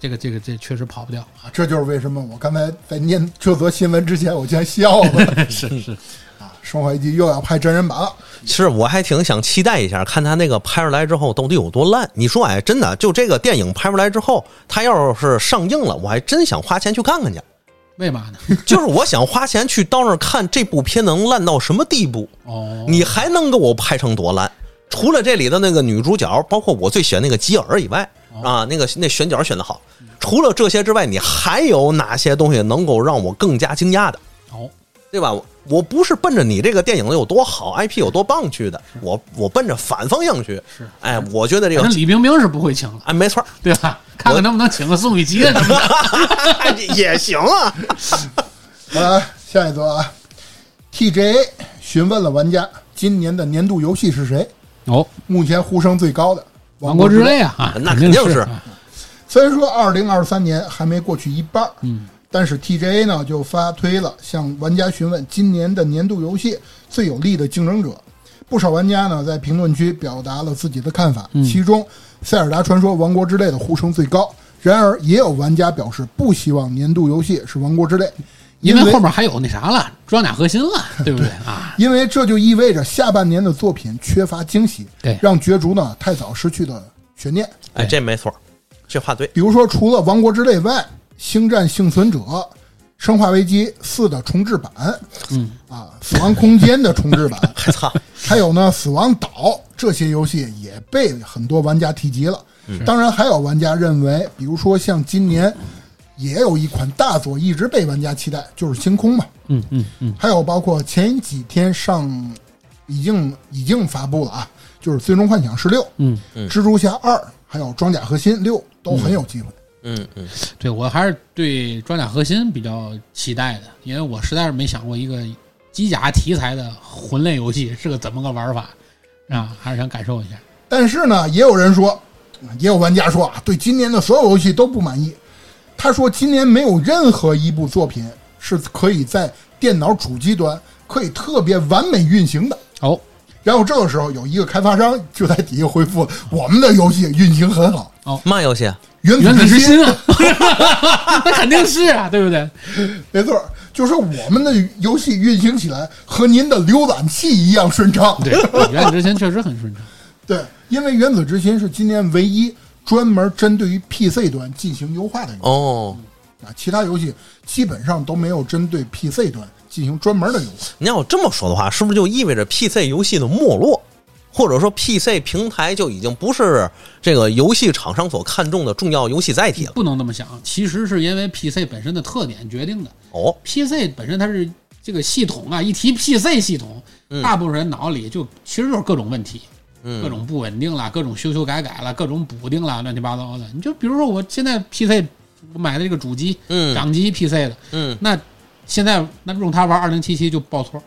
这个这个这确实跑不掉啊，啊，这就是为什么我刚才在念这则新闻之前，我竟然笑了 是是，啊！《生化危机》又要拍真人版了，其实我还挺想期待一下，看他那个拍出来之后到底有多烂。你说，哎，真的，就这个电影拍出来之后，他要是上映了，我还真想花钱去看看去。为嘛呢？就是我想花钱去到那儿看这部片能烂到什么地步，哦，你还能给我拍成多烂？除了这里的那个女主角，包括我最喜欢那个吉尔以外，哦啊，那个那选角选的好。除了这些之外，你还有哪些东西能够让我更加惊讶的？哦，对吧？我我不是奔着你这个电影有多好，IP 有多棒去的，我我奔着反方向去。是哎，我觉得这反个正李冰冰是不会请了，啊，没错儿，对吧？看看能不能请个宋雨琦啊什么的。 也行啊。啊，下一则啊，TGA 询问了玩家今年的年度游戏是谁，哦，目前呼声最高的《王王国国之之泪》啊，啊那肯肯定是是啊虽然说二零二三年还没过去一半，嗯，但是 TGA 呢就发推了向玩家询问今年的年度游戏最有力的竞争者。不少玩家呢在评论区表达了自己的看法，嗯其中《塞尔达传说：王国之泪》的呼声最高。然而，也有玩家表示不希望年度游戏是《王国之泪》，因为为后面还有那啥了，装甲核心 了，对不对啊？因为这就意味着下半年的作品缺乏惊喜，对让角逐呢太早失去了悬念。哎，这没错儿，这话对。比如说，除了《王国之泪》外，《星战幸存者》《生化危机四》的重制版，嗯啊，《死亡空间》的重制版， 还操，还有呢，《死亡岛》这些游戏也被很多玩家提及了。当然，还有玩家认为，比如说像今年也有一款大作一直被玩家期待，就是《星空》嘛。嗯嗯嗯，还有包括前几天上已经已经发布了啊，就是《最终幻想十六》、嗯，蜘蛛侠二》，还有《装甲核心六》都很有机会。嗯嗯对我还是对装甲核心比较期待的，因为我实在是没想过一个机甲题材的魂类游戏是个怎么个玩法啊，还是想感受一下。但是呢，也有人说，也有玩家说啊，对今年的所有游戏都不满意。他说，今年没有任何一部作品是可以在电脑主机端可以特别完美运行的。哦，然后这个时候，有一个开发商就在底下回复：“我们的游戏运行很好，嘛游戏？啊原原子之之心。心啊，那肯定是啊， 对不对？”没错，就说我们的游戏运行起来和您的浏览器一样顺畅。对，原子之心确实很顺畅。对，因为《原子之心》是今年唯一专门针对于 PC 端进行优化的游戏哦，啊，其他游戏基本上都没有针对 PC 端进行专门的优化。你要这么说的话，是不是就意味着 PC 游戏的没落，或者说 PC 平台就已经不是这个游戏厂商所看重的重要游戏载体了？不能这么想，其实是因为 PC 本身的特点决定的。哦， PC 本身它是这个系统啊，一提 PC 系统，大部分人脑里就其实就是各种问题，嗯各种不稳定啦，各种修修改改啦，各种补丁啦，乱七八糟的。你就比如说我现在 PC 我买的这个主机，嗯掌机 PC 的，嗯那现在那用它玩二零七七就爆错，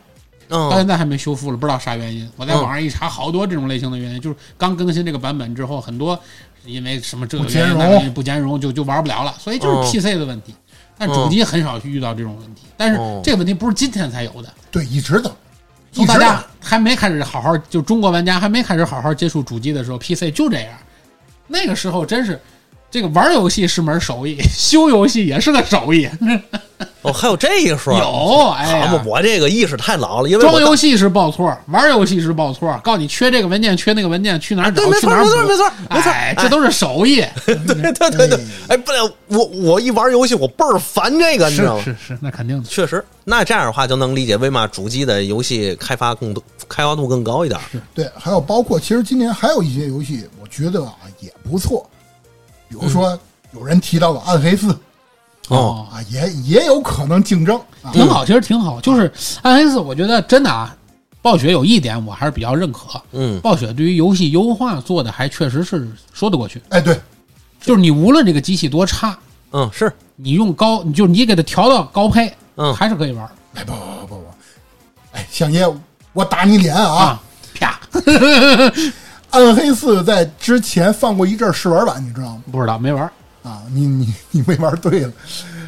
到嗯现在还没修复了，不知道啥原因。我在网上一查，好多这种类型的原因，就是刚更新这个版本之后，很多是因为什么这个不兼原因容那个原因不兼容，就就玩不了了。所以就是嗯 PC 的问题，但主机很少去遇到这种问题。但是哦这个问题不是今天才有的，对，一直等，一从直大等啊家。还没开始好好就中国玩家还没开始好好接触主机的时候，PC 就这样。那个时候真是，这个玩游戏是门手艺， 修游戏也是个手艺。哦，还有这一说。有哎好呀嘛，，我这个意识太老了，因为装我游戏是报错，玩游戏是报错，告诉你缺这个文件，缺那个文件，去哪儿找啊对没，去错哪儿补，没错没错没错哎，这都是手艺，对对对对，哎，不然我我一玩游戏我倍儿烦这个，你知道吗？是是，那肯定的，确实，那这样的话就能理解为嘛主机的游戏开发更多，开发度更高一点。对，还有包括，其实今年还有一些游戏，我觉得啊也不错，比如说、有人提到了《暗黑四》哦，啊，也也有可能竞争啊。挺好，其实挺好。就是暗黑四，我觉得真的啊，暴雪有一点我还是比较认可，嗯暴雪对于游戏优化做的还确实是说得过去，哎，对，就是你无论这个机器多差，嗯，是，你用高，你就你给它调到高配，嗯还是可以玩哎不不不不不，哎，相爷，我打你脸啊！啊，啪，暗黑四》在之前放过一阵儿试玩版，你知道吗？不知道没玩，啊，你你你没玩对了，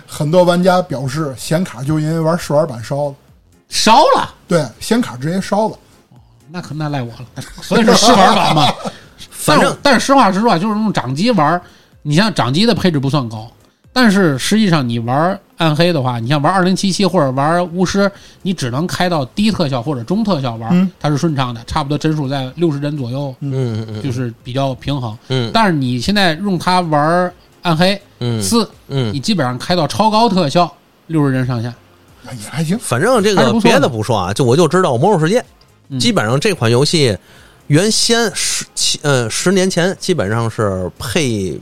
很多玩家表示显卡就因为玩试玩版烧了。烧了，对，显卡直接烧了。那可那赖我了，所以是试玩版嘛。反但正是但是实话实说啊，就是用掌机玩儿，你像掌机的配置不算高，但是实际上你玩暗黑的话，你像玩二零七七或者玩巫师，你只能开到低特效或者中特效玩儿，它是顺畅的，差不多帧数在六十帧左右，嗯嗯就是比较平衡。嗯但是你现在用它玩暗黑嗯四，嗯，你基本上开到超高特效，六十帧上下。啊也还行，反正这还是个不错的嗯别的不说啊，就我就知道《魔兽世界》，基本上这款游戏原先十七嗯十年前基本上是配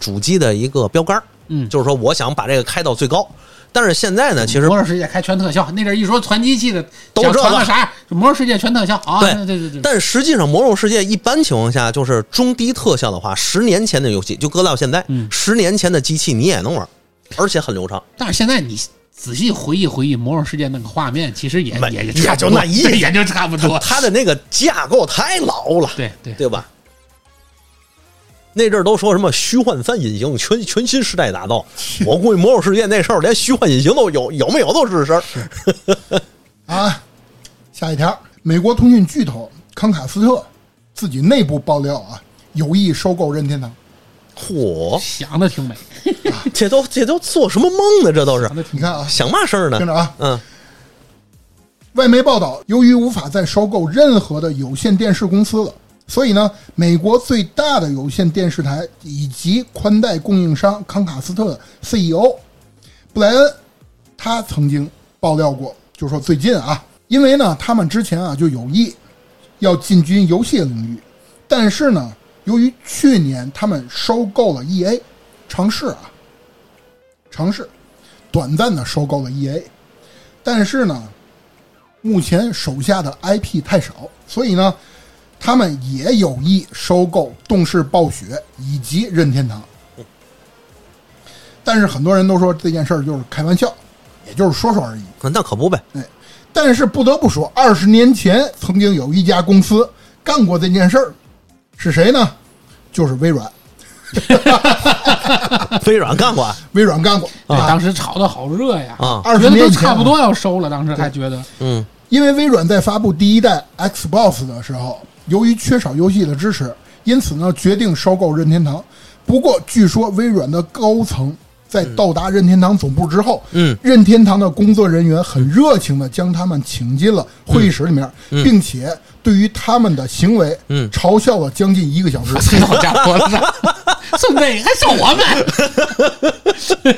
主机的一个标杆儿，嗯，就是说我想把这个开到最高。但是现在呢，其实魔兽世界开全特效，那阵儿一说传机器的，都想这传个个啥？魔兽世界全特效啊！对对对对，但实际上，《魔兽世界》一般情况下就是中低特效的话，十年前的游戏就搁到现在，嗯十年前的机器你也能玩，而且很流畅。但是现在你仔细回忆回忆《魔兽世界》那个画面，其实也没也也也差就不多那一 对也就差不 多。它的那个架构太老了，对对，对吧？那阵儿都说什么虚幻三引擎全全新时代打 造，我估计《魔兽世界》那时候连虚幻引擎都有有没有都吱声。啊，下一条，美国通讯巨头康卡斯特自己内部爆料啊，有意收购任天堂。啊嚯，想的挺美。这都这都做什么梦呢？这都是你看啊，想嘛事儿呢听？着啊，嗯外媒报道，由于无法再收购任何的有线电视公司了，所以呢，美国最大的有线电视台以及宽带供应商康卡斯特 CEO 布莱恩，他曾经爆料过，就说最近啊，因为呢，他们之前啊就有意要进军游戏领域，但是呢，E 由于去年他们收购了 EA，尝试啊，尝试，短暂的收购了 EA，但是呢，目前手下的 IP 太少，所以呢，他们也有意收购动视暴雪以及任天堂。但是很多人都说这件事儿就是开玩笑，也就是说说而已。那可不呗，但是不得不说，二十年前曾经有一家公司干过这件事儿，是谁呢？就是微软，微软干过啊微软干过对，啊。当时炒的好热呀，啊， 二十觉得都年前差不多要收了，当时还觉得嗯因为微软在发布第一代 Xbox 的时候，由于缺少游戏的支持，因此呢决定收购任天堂。不过，据说微软的高层在到达任天堂总部之后，嗯任天堂的工作人员很热情的将他们请进了嗯会议室里面，并且对于他们的行为，嗯嘲笑了将近一个 小时。这老家伙是孙辈还送我们，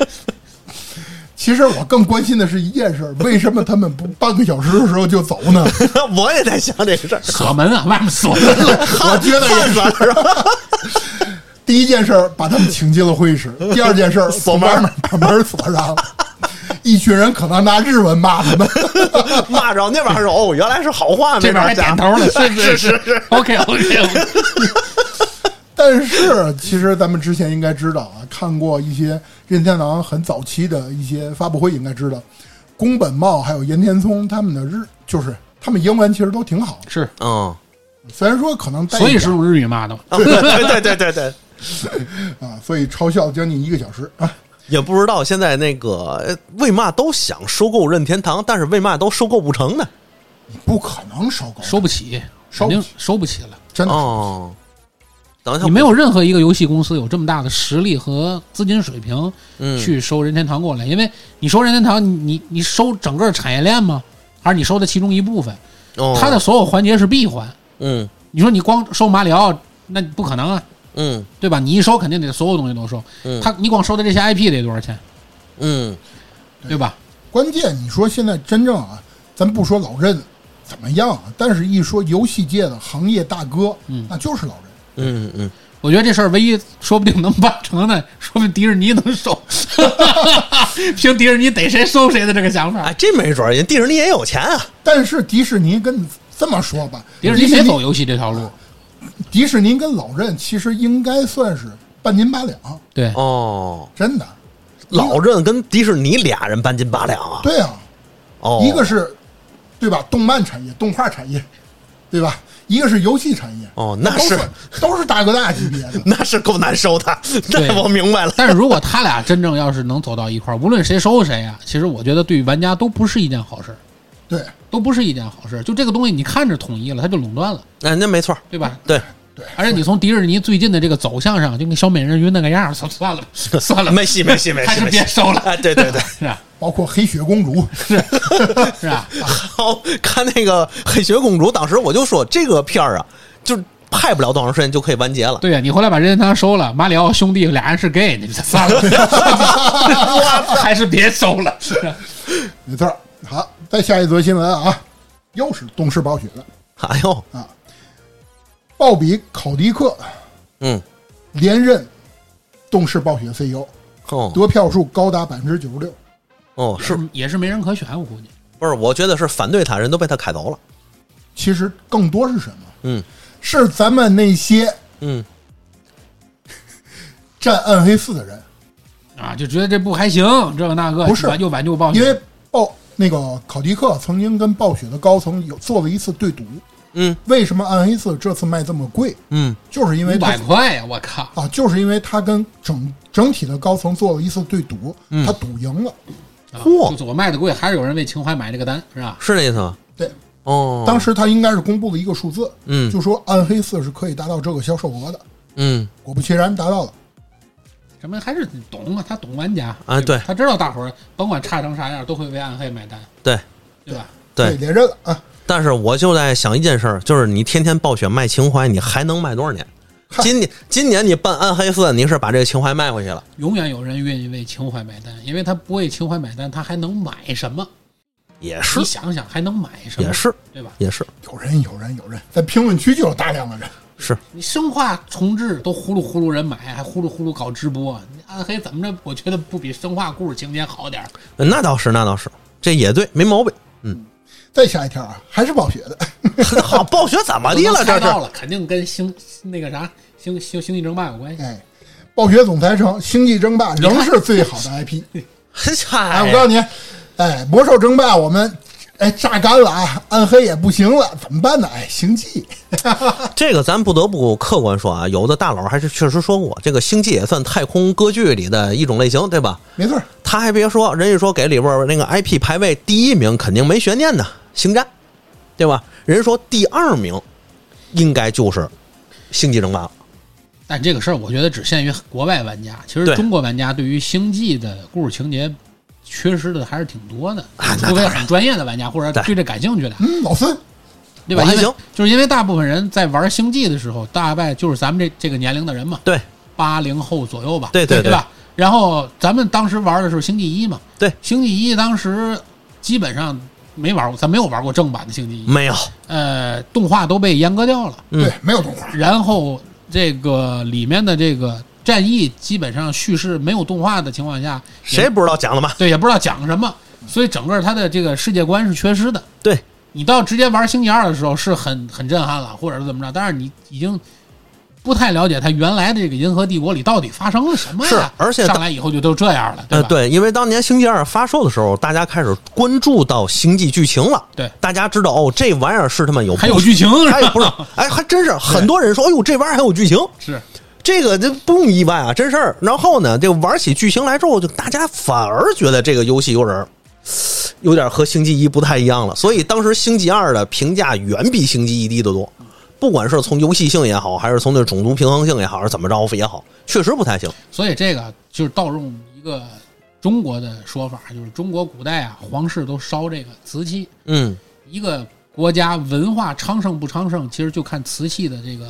其实我更关心的是一件事儿：为什么他们不半个小时的时候就走 呢？我也在想这事儿，锁门啊，外面锁门了，我觉得也看出来是吧？第一件事儿把他们请进了会议室，第二件事儿锁门从外面把门锁上了。一群人可能拿日文骂他们， 骂着那玩意儿说哦，原来是好话，这边还点讲头了，是是是是是 OK OK，但是其实咱们之前应该知道啊，看过一些任天堂很早期的一些发布会，应该知道宫本茂还有岩田聪他们的日就是他们英文其实都挺好，是，嗯， 虽然说可能带一所以点是用日语骂的嘛，对对对对对，啊，所以嘲笑将近一个小时啊，也不知道现在那个呃为嘛都想收购任天堂，但是为嘛都收购不成呢？不可能收购，收不起，收肯不起定收不起了。真的哦，等一下，你没有任何一个游戏公司有这么大的实力和资金水平嗯去收任天堂过来，因为你收任天堂，你你你收整个产业链吗？还是你收的其中一部分？哦它的所有环节是闭环。嗯你说你光收马里奥，那不可能啊，嗯对吧？你一收肯定得所有东西都收嗯。他你光收的这些 IP 得多少钱，嗯对吧？关键你说现在真正啊，咱不说老任怎么样啊，但是一说游戏界的行业大哥，嗯那就是老任。嗯嗯，我觉得这事儿唯一说不定能办成的， 说不定迪士尼能收， 凭迪士尼逮谁收谁的这个想法哎，。这没准儿人迪士尼也有钱啊，但是迪士尼跟这么说吧，迪士尼没走游戏这条路，迪士尼跟老任其实应该算是半斤八两，对，哦，真的。老任跟迪士尼俩人半斤八两啊，对啊，哦，一个是，对吧？动漫产业、动画产业，对吧？一个是游戏产业，哦那都是。都是大哥大级别的 那是够难收的，对那我明白了，但是如果他俩真正要是能走到一块儿，无论谁收谁啊，其实我觉得对于玩家都不是一件好事儿，对都不是一件好事儿。就这个东西，你看着统一了，它就垄断了，哎，那没错儿，对吧？对，对，而且你从迪士尼最近的这个走向上，就跟小美人鱼那个样儿，算 算了吧，算了吧，没戏没 戏没戏，还是别收了，哎，对对对， 是吧？包括黑雪公主，是啊吧？好看那个黑雪公主，当时我就说这个片儿啊，就拍不了多长时间就可以完结了。对呀、你后来把任天堂收了，马里奥兄弟俩人是 gay，你这算了吧， 还是别收了。是吧没错儿。好，再下一则新闻啊，又是动视暴雪了。哎呦，鲍比·考迪克嗯，连任动视暴雪 CEO，哦得票数高达百分之九十六。哦，是也是没人可选，我估计。不是？我觉得是反对他人都被他开走了。其实更多是什么？嗯是咱们那些嗯，站暗黑四的人，啊，就觉得这部还行，这个那个不是挽救挽救暴雪，因为鲍那个考迪克曾经跟暴雪的高层有做了一次对赌。嗯，为什么暗黑四这次卖这么贵？嗯就是因为五他百块呀、我靠！啊，就是因为他跟整整体的高层做了一次对赌，嗯他赌赢了。嚯啊就是我卖的贵，还是有人为情怀买这个单，是吧？是那意思吗？对，哦，当时他应该是公布了一个数字，嗯就说暗黑四是可以达到这个销售额的。嗯果不其然，达到了。什么还是懂啊，他懂玩家啊对吧对他知道大伙儿甭管差成啥样，都会为暗黑买单，对对吧？对。连任了啊！但是我就在想一件事儿，就是你天天暴雪卖情怀，你还能卖多少年？嗨今年今年你办暗黑四，你是把这个情怀卖回去了。永远有人愿意为情怀买单，因为他不为情怀买单，他还能买什么？也是你想想还能买什么？也是对吧？也是，有人，有人，有人，在评论区就有大量的人。 是你生化重置都呼噜呼噜人买，还呼噜呼噜搞直播，你暗黑怎么着？我觉得不比生化故事情节好点儿那倒是，那倒是，这也对，没毛病。 嗯，再下一条啊，还是暴雪的， 好，暴雪怎么我的都啊了？这猜到是了，肯定跟星那个啥星星星际争霸有关系。哎，暴雪总裁称《星际争霸》仍是最好的 IP。哎，我告诉 嗨，你，哎，魔兽争霸我们哎榨干了啊，暗黑也不行了，怎么办呢？哎，星际， 这个咱不得不客观说啊，有的大佬还是确实说过，这个《星际》也算太空歌剧里的一种类型，对吧？没错儿，他还别说，人家说给里边儿那个 IP 排位第一名肯定没悬念的《星战》，对吧？人家说第二名应该就是《星际争霸》了。但这个事儿，我觉得只限于国外玩家。其实对中国玩家对于星际的故事情节缺失的还是挺多的，啊那除非当然很专业的玩家或者对对这感兴趣的，嗯，老孙，对吧？我还因为行就是因为大部分人在玩星际的时候，大概就是咱们这这个年龄的人嘛，对八零后左右吧，对对对对吧？然后咱们当时玩的时候，星际一嘛，对，星际一当时基本上没玩过，咱没有玩过正版的星际一，没有，呃，动画都被阉割掉了，嗯对，没有动画，然后这个里面的这个战役基本上叙事没有动画的情况下，也谁不知道讲的嘛？对也不知道讲什么，所以整个它的这个世界观是缺失的。对，你到直接玩星际二的时候是很很震撼了，或者是怎么着，但是你已经不太了解它原来的这个银河帝国里到底发生了什么呀？是而且上来以后就都这样了，呃，吧？对，因为当年《星际二》发售的时候，大家开始关注到星际剧情了。对大家知道哦，这玩意儿是他妈有还有剧情啊是吧还有不是？哎，还真是很多人说，哎呦，这玩意儿还有剧情， 是这个这不用意外啊，真事儿。然后呢，这玩起剧情来之后，就大家反而觉得这个游戏有点儿有点儿和《星际一》不太一样了。所以当时《星际二》的评价远比《星际一》低得多。不管是从游戏性也好，还是从这种族平衡性也好，还是怎么着也好，确实不太行。所以这个就是盗用一个中国的说法，就是中国古代啊，皇室都烧这个瓷器。嗯，一个国家文化昌盛不昌盛，其实就看瓷器的这个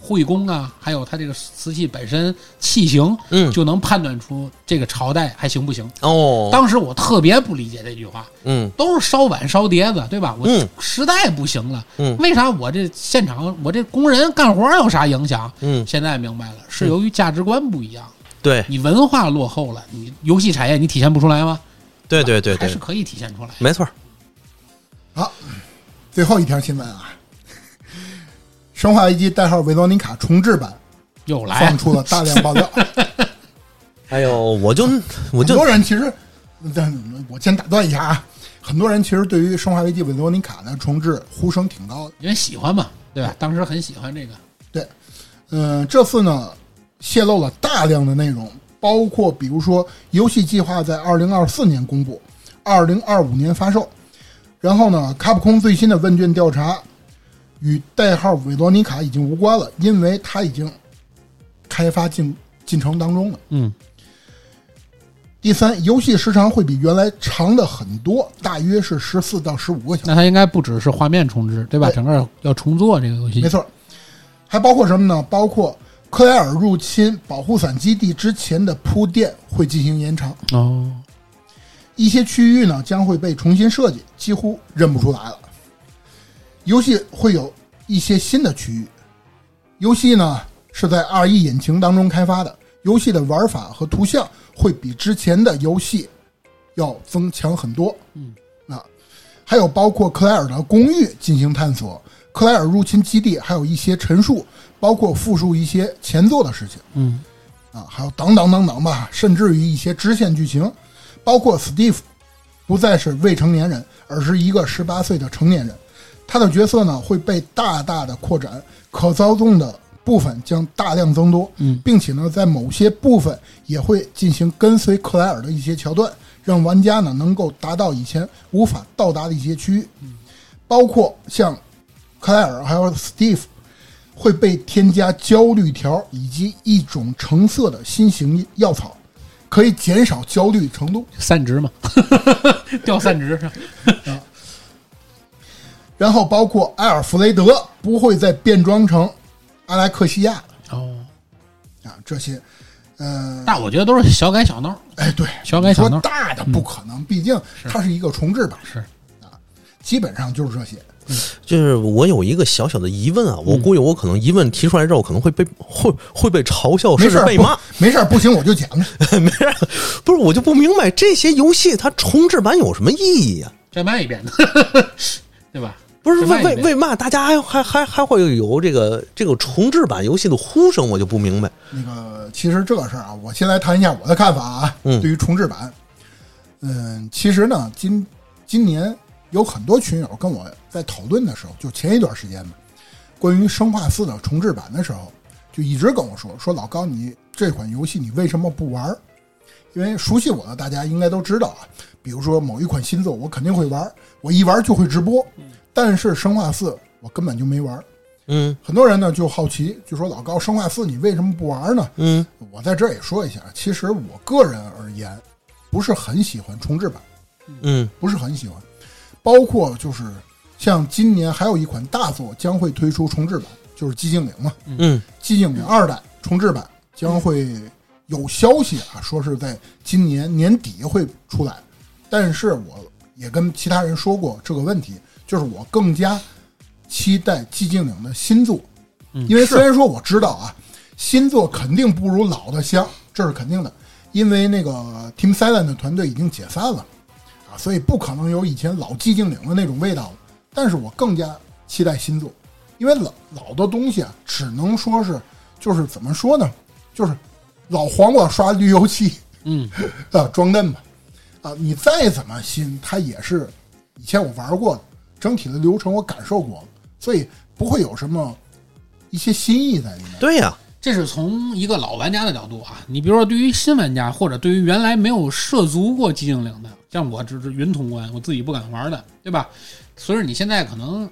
惠工啊，还有它这个瓷器本身器型，嗯就能判断出这个朝代还行不行。哦，当时我特别不理解这句话，嗯都是烧碗烧碟子，对吧？我嗯实在不行了，嗯为啥我这现场我这工人干活有啥影响？嗯，现在明白了，是由于价值观不一样，对你文化落后了，你游戏产业你体现不出来吗？对对对还对是，可以体现出来。没错儿。好，最后一条新闻啊，《生化危机》代号维罗妮卡重置版又来放，出了大量爆料，哎呦，我就 我很就多人其实，但我先打断一下啊，很多人其实对于《生化危机》维罗妮卡的重置呼声挺高的。因为喜欢嘛，对吧？当时很喜欢这个。对，嗯、这次呢泄露了大量的内容，包括比如说游戏计划在二零二四年公布，二零二五年发售。然后呢，卡普空最新的问卷调查与代号维罗妮卡已经无关了，因为它已经开发进进程当中了。嗯，第三，游戏时长会比原来长的很多，大约是十四到十五个小时。那它应该不只是画面重置，对吧？对整个要重做这个游戏没，错，还包括什么呢？包括克莱尔入侵保护伞基地之前的铺垫会进行延长，哦，一些区域呢将会被重新设计，几乎认不出来了。游戏会有一些新的区域，游戏呢是在 RE 引擎当中开发的，游戏的玩法和图像会比之前的游戏要增强很多。嗯，啊，还有包括克莱尔的公寓进行探索，克莱尔入侵基地，还有一些陈述，包括复述一些前作的事情。嗯，啊，还有等等等等吧，甚至于一些支线剧情，包括 Steve 不再是未成年人，而是一个十八岁的成年人。他的角色呢会被大大的扩展，可操纵的部分将大量增多，嗯并且呢，在某些部分也会进行跟随克莱尔的一些桥段，让玩家呢能够达到以前无法到达的一些区域，包括像克莱尔还有 Steve 会被添加焦虑条以及一种橙色的新型药草，可以减少焦虑程度。散值嘛， 掉散值是吧然后包括埃尔弗雷德不会再变装成阿拉克西亚哦，啊这些，呃，但我觉得都是小改小闹，哎对，小改小说闹大的不可能，毕竟它是一个重置版，是啊，基本上就是这些。就是我有一个小小的疑问啊，我估计我可能疑问提出来之后，可能会被会会被嘲笑，没甚事至儿被不骂。没事儿不行我就讲。没事儿，不是，我就不明白这些游戏它重置版有什么意义啊？再卖一遍呢， 对吧？不是再为卖一为遍为嘛大家还还还还会有这个这个重置版游戏的呼声？我就不明白。那个，其实这个事儿啊，我先来谈一下我的看法啊。嗯对于重置版，嗯，其实呢，今今年有很多群友跟我在讨论的时候，就前一段时间吧，关于《生化四》的重置版的时候，就一直跟我说说老高，你这款游戏你为什么不玩儿？因为熟悉我的大家应该都知道啊，比如说某一款新作，我肯定会玩儿，我一玩儿就会直播。但是《生化四》我根本就没玩儿。嗯很多人呢就好奇，就说老高，《生化四》你为什么不玩儿呢？嗯我在这儿也说一下，其实我个人而言，不是很喜欢重置版，嗯不是很喜欢。包括就是像今年还有一款大作将会推出重置版，就是《寂静岭》嘛，嗯《寂静岭二代》重置版将会有消息啊，说是在今年年底会出来。但是我也跟其他人说过这个问题，就是我更加期待《寂静岭》的新作，因为虽然说我知道啊，新作肯定不如老的香，这是肯定的，因为那个 Team Silent 的团队已经解散了啊，所以不可能有以前老寂静岭的那种味道了。但是我更加期待新作，因为老老的东西啊，只能说是就是怎么说呢，就是老黄瓜刷绿油漆，嗯，啊，装嫩吧，啊，你再怎么新，它也是以前我玩过的，整体的流程我感受过了，所以不会有什么一些新意在里面。对呀、这是从一个老玩家的角度啊，你比如说对于新玩家，或者对于原来没有涉足过寂静岭的，像我只是云通关，我自己不敢玩的，对吧？随着你现在可能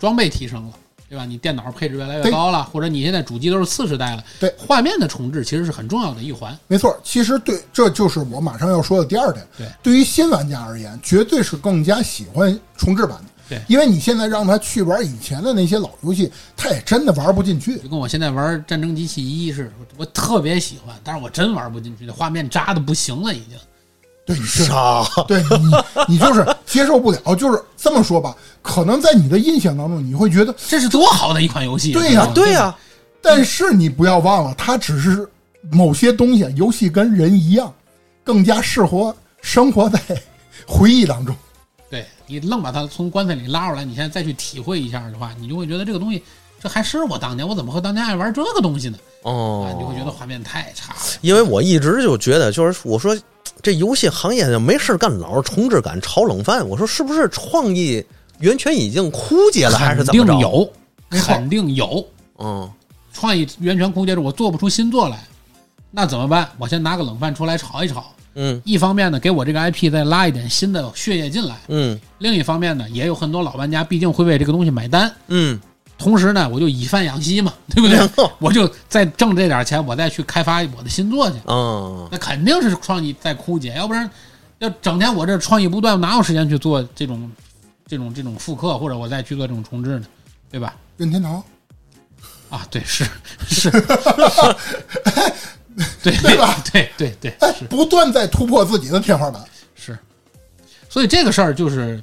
装备提升了。对吧？你电脑配置越来越对高了，或者你现在主机都是次世代了，对画面的重置其实是很重要的一环。没错，其实对，这就是我马上要说的第二点。对对于新玩家而言，绝对是更加喜欢重置版的。对因为你现在让他去玩以前的那些老游戏，他也真的玩不进去。就跟我现在玩《战争机器一》似的，我特别喜欢，但是我真玩不进去，这画面渣的不行了，已经。对，你是啊傻。 对你，你 就是接受不了。就是这么说吧，可能在你的印象当中，你会觉得这是多好的一款游戏！啊对呀吧啊对呀、但是你不要忘了，它只是某些东西，游戏跟人一样，更加适合生活在回忆当中。对你愣把它从棺材里拉出来，你现在再去体会一下的话，你就会觉得这个东西，这还是我当年，我怎么会当年爱玩这个东西呢？啊，你就会觉哦，得画面太差了。因为我一直就觉得，就是我说这游戏行业就没事儿干，老是重置感炒冷饭。我说是不是创意源泉已经枯竭了，还是肯怎么定着？有，没错肯定有嗯，创意源泉枯竭，我做不出新作来，那怎么办？我先拿个冷饭出来炒一炒。嗯一方面呢，给我这个 IP 再拉一点新的血液进来；嗯另一方面呢，也有很多老玩家毕竟会为这个东西买单。嗯，同时呢，我就以贩养吸嘛，对不对？ 我就再挣这点钱，我再去开发我的新作去。啊，那肯定是创意在枯竭，要不然要整天我这创意不断，哪有时间去做这种这种这种复刻，或者我再去做这种重置呢？对吧？任天堂，啊，对，是是，对对吧？ 对对对哎，是不断在突破自己的天花板。是，所以这个事儿就是，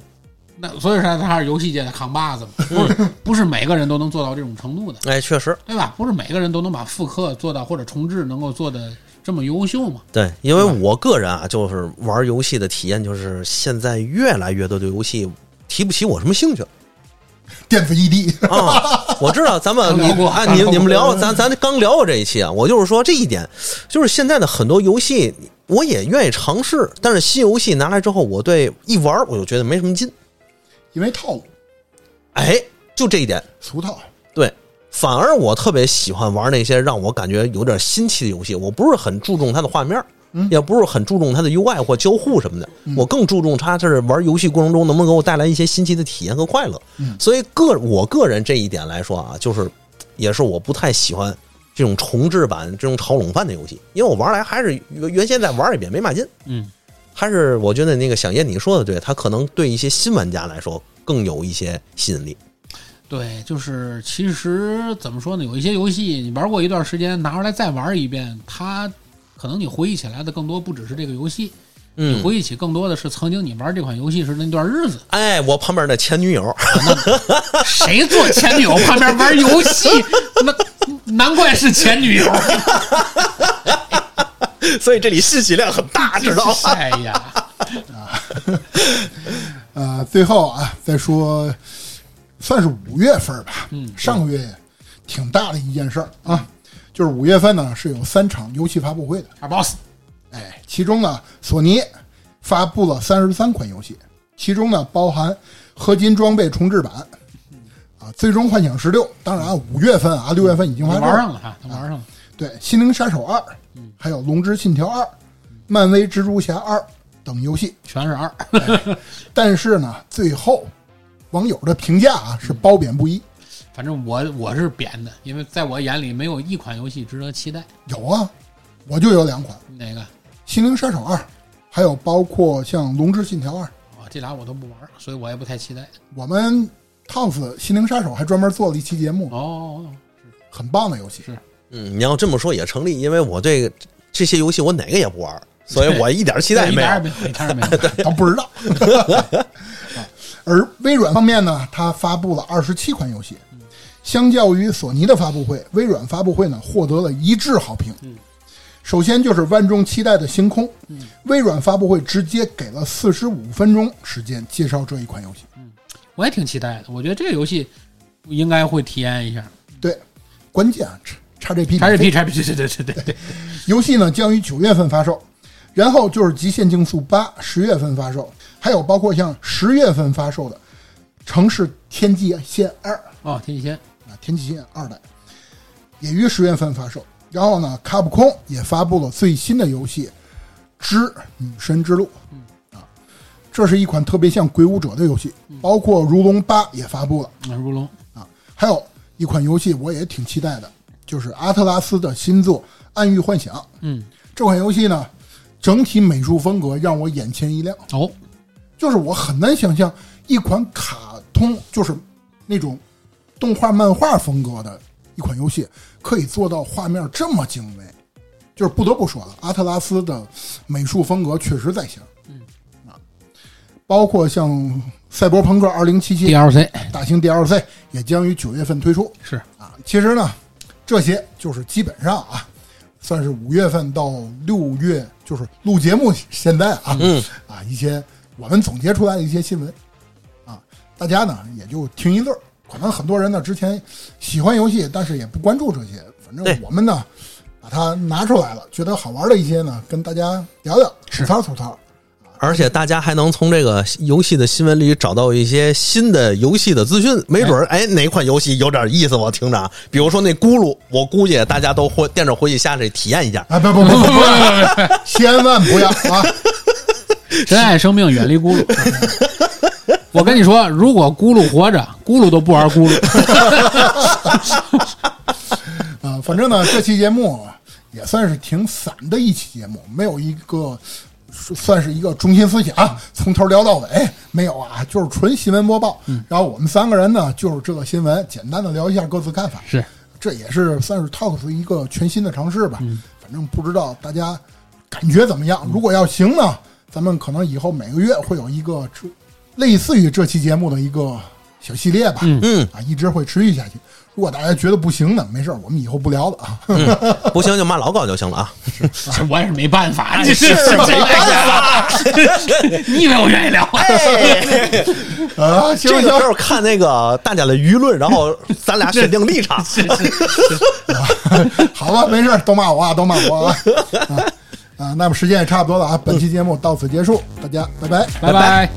那所以说它是游戏界的扛把子嘛，不是不是每个人都能做到这种程度的。哎，确实，对吧？不是每个人都能把复刻做到或者重置能够做的这么优秀嘛？对，因为我个人啊，就是玩游戏的体验，就是现在越来越多的游戏提不起我什么兴趣 了电子异 E 地，啊。我知道咱们刚你聊过啊，刚你聊过你们聊，咱咱刚聊过这一期啊，我就是说这一点，就是现在的很多游戏我也愿意尝试，但是新游戏拿来之后，我对一玩儿我就觉得没什么劲， 因为套路哎，就这一点，俗套。对。反而我特别喜欢玩那些让我感觉有点新奇的游戏，我不是很注重它的画面，也不是很注重它的 UI 或交互什么的，我更注重它就是玩游戏过程中能不能给我带来一些新奇的体验和快乐。所以个我个人这一点来说啊，就是也是我不太喜欢这种重置版、这种炒冷饭的游戏，因为我玩来还是原原先再玩一遍没嘛劲。嗯，还是我觉得那个小燕你说的对，它可能对一些新玩家来说更有一些吸引力。对，就是其实怎么说呢？有一些游戏你玩过一段时间，拿出来再玩一遍，它可能你回忆起来的更多不只是这个游戏，你回忆起更多的是曾经你玩这款游戏时那段日子。哎，我旁边那前女友，谁做前女友旁边玩游戏？那难怪是前女友， 所以这里信息量很 大，知道吗？哎呀，呃，最后啊，再说，算是五月份吧，嗯，上个月挺大的一件事儿啊，就是五月份呢是有三场游戏发布会的，二 boss 哎，其中呢，索尼发布了三十三款游戏，其中呢包含合金装备重置版，啊，最终幻想十六，当然啊五月份啊，六月份已经玩发售上了，了哈，他玩上了。对，《心灵杀手二》，还有《龙之信条二》，《漫威蜘蛛侠二》等游戏，全是二， 但是呢，最后网友的评价啊是褒贬不一。反正我我是扁的，因为在我眼里没有一款游戏值得期待。有啊，我就有两款《哪个？心灵杀手二》，还有包括像《龙之信条二》。哦，这俩我都不玩，所以我也不太期待。我们 TOS《心灵杀手》还专门做了一期节目，哦，很棒的游戏是。嗯，你要这么说也成立，因为我对这些游戏我哪个也不玩，所以我一点期待也一没点儿有。也没有，一点儿也没有。都不知道。啊而微软方面呢，它发布了二十七款游戏，相较于索尼的发布会，微软发布会呢获得了一致好评。首先就是万众期待的《星空》，微软发布会直接给了四十五分钟时间介绍这一款游戏。我也挺期待的，我觉得这个游戏应该会体验一下。对，关键啊，叉 GP 叉 GP 叉 GP，对对对对对，游戏呢将于九月份发售，然后就是《极限竞速八》十月份发售，还有包括像十月份发售的《城市天际线二》哦，天际线啊，《天际线二代》也于十月份发售。然后呢，卡普空也发布了最新的游戏《之女神之路》啊，这是一款特别像《鬼武者》的游戏，包括《如龙八》也发布了嗯如龙，啊，还有一款游戏我也挺期待的，就是阿特拉斯的新作《暗域幻想》。嗯，这款游戏呢，整体美术风格让我眼前一亮，哦，就是我很难想象一款卡通，就是那种动画漫画风格的一款游戏，可以做到画面这么精美。就是不得不说啊了，阿特拉斯的美术风格确实在线。嗯啊，包括像《赛博朋克2077》 DLC 大型 DLC 也将于九月份推出。是啊，其实呢，这些就是基本上啊，算是五月份到六月，就是录节目现在啊，嗯啊一些我们总结出来的一些新闻啊，大家呢也就听一乐儿。可能很多人呢之前喜欢游戏，但是也不关注这些。反对正我们呢把它拿出来了，觉得好玩的一些呢，跟大家聊聊，吐槽吐槽。而且大家还能从这个游戏的新闻里找到一些新的游戏的资讯，没准儿哎哪款游戏有点意思，我听着啊，比如说那咕噜，我估计大家都会惦着回去下去体验一下。啊，不不不 不不，千万不要啊！珍爱生命，远离咕噜。我跟你说，如果咕噜活着，咕噜都不玩咕噜。 啊，反正呢，这期节目也算是挺散的一期节目，没有一个算是一个中心思想，啊从头聊到尾没有啊，就是纯新闻播报。然后我们三个人呢，就是这个新闻简单的聊一下各自看法，是这也是算是 Talks 一个全新的尝试吧。反正不知道大家感觉怎么样，如果要行呢，咱们可能以后每个月会有一个这类似于这期节目的一个小系列吧。嗯，啊，一直会持续下去。如果大家觉得不行呢，没事儿，我们以后不聊了啊。 不行就骂老高就行了啊。我也是没办法，这是这 你以为我愿意聊？哎 啊，行这个了行时了，候看那个大家的舆论，然后咱俩选定立 场。好吧，没事儿，都骂我啊，都骂我 啊。啊啊，那么时间也差不多了啊，本期节目到此结束，大家拜拜。拜拜。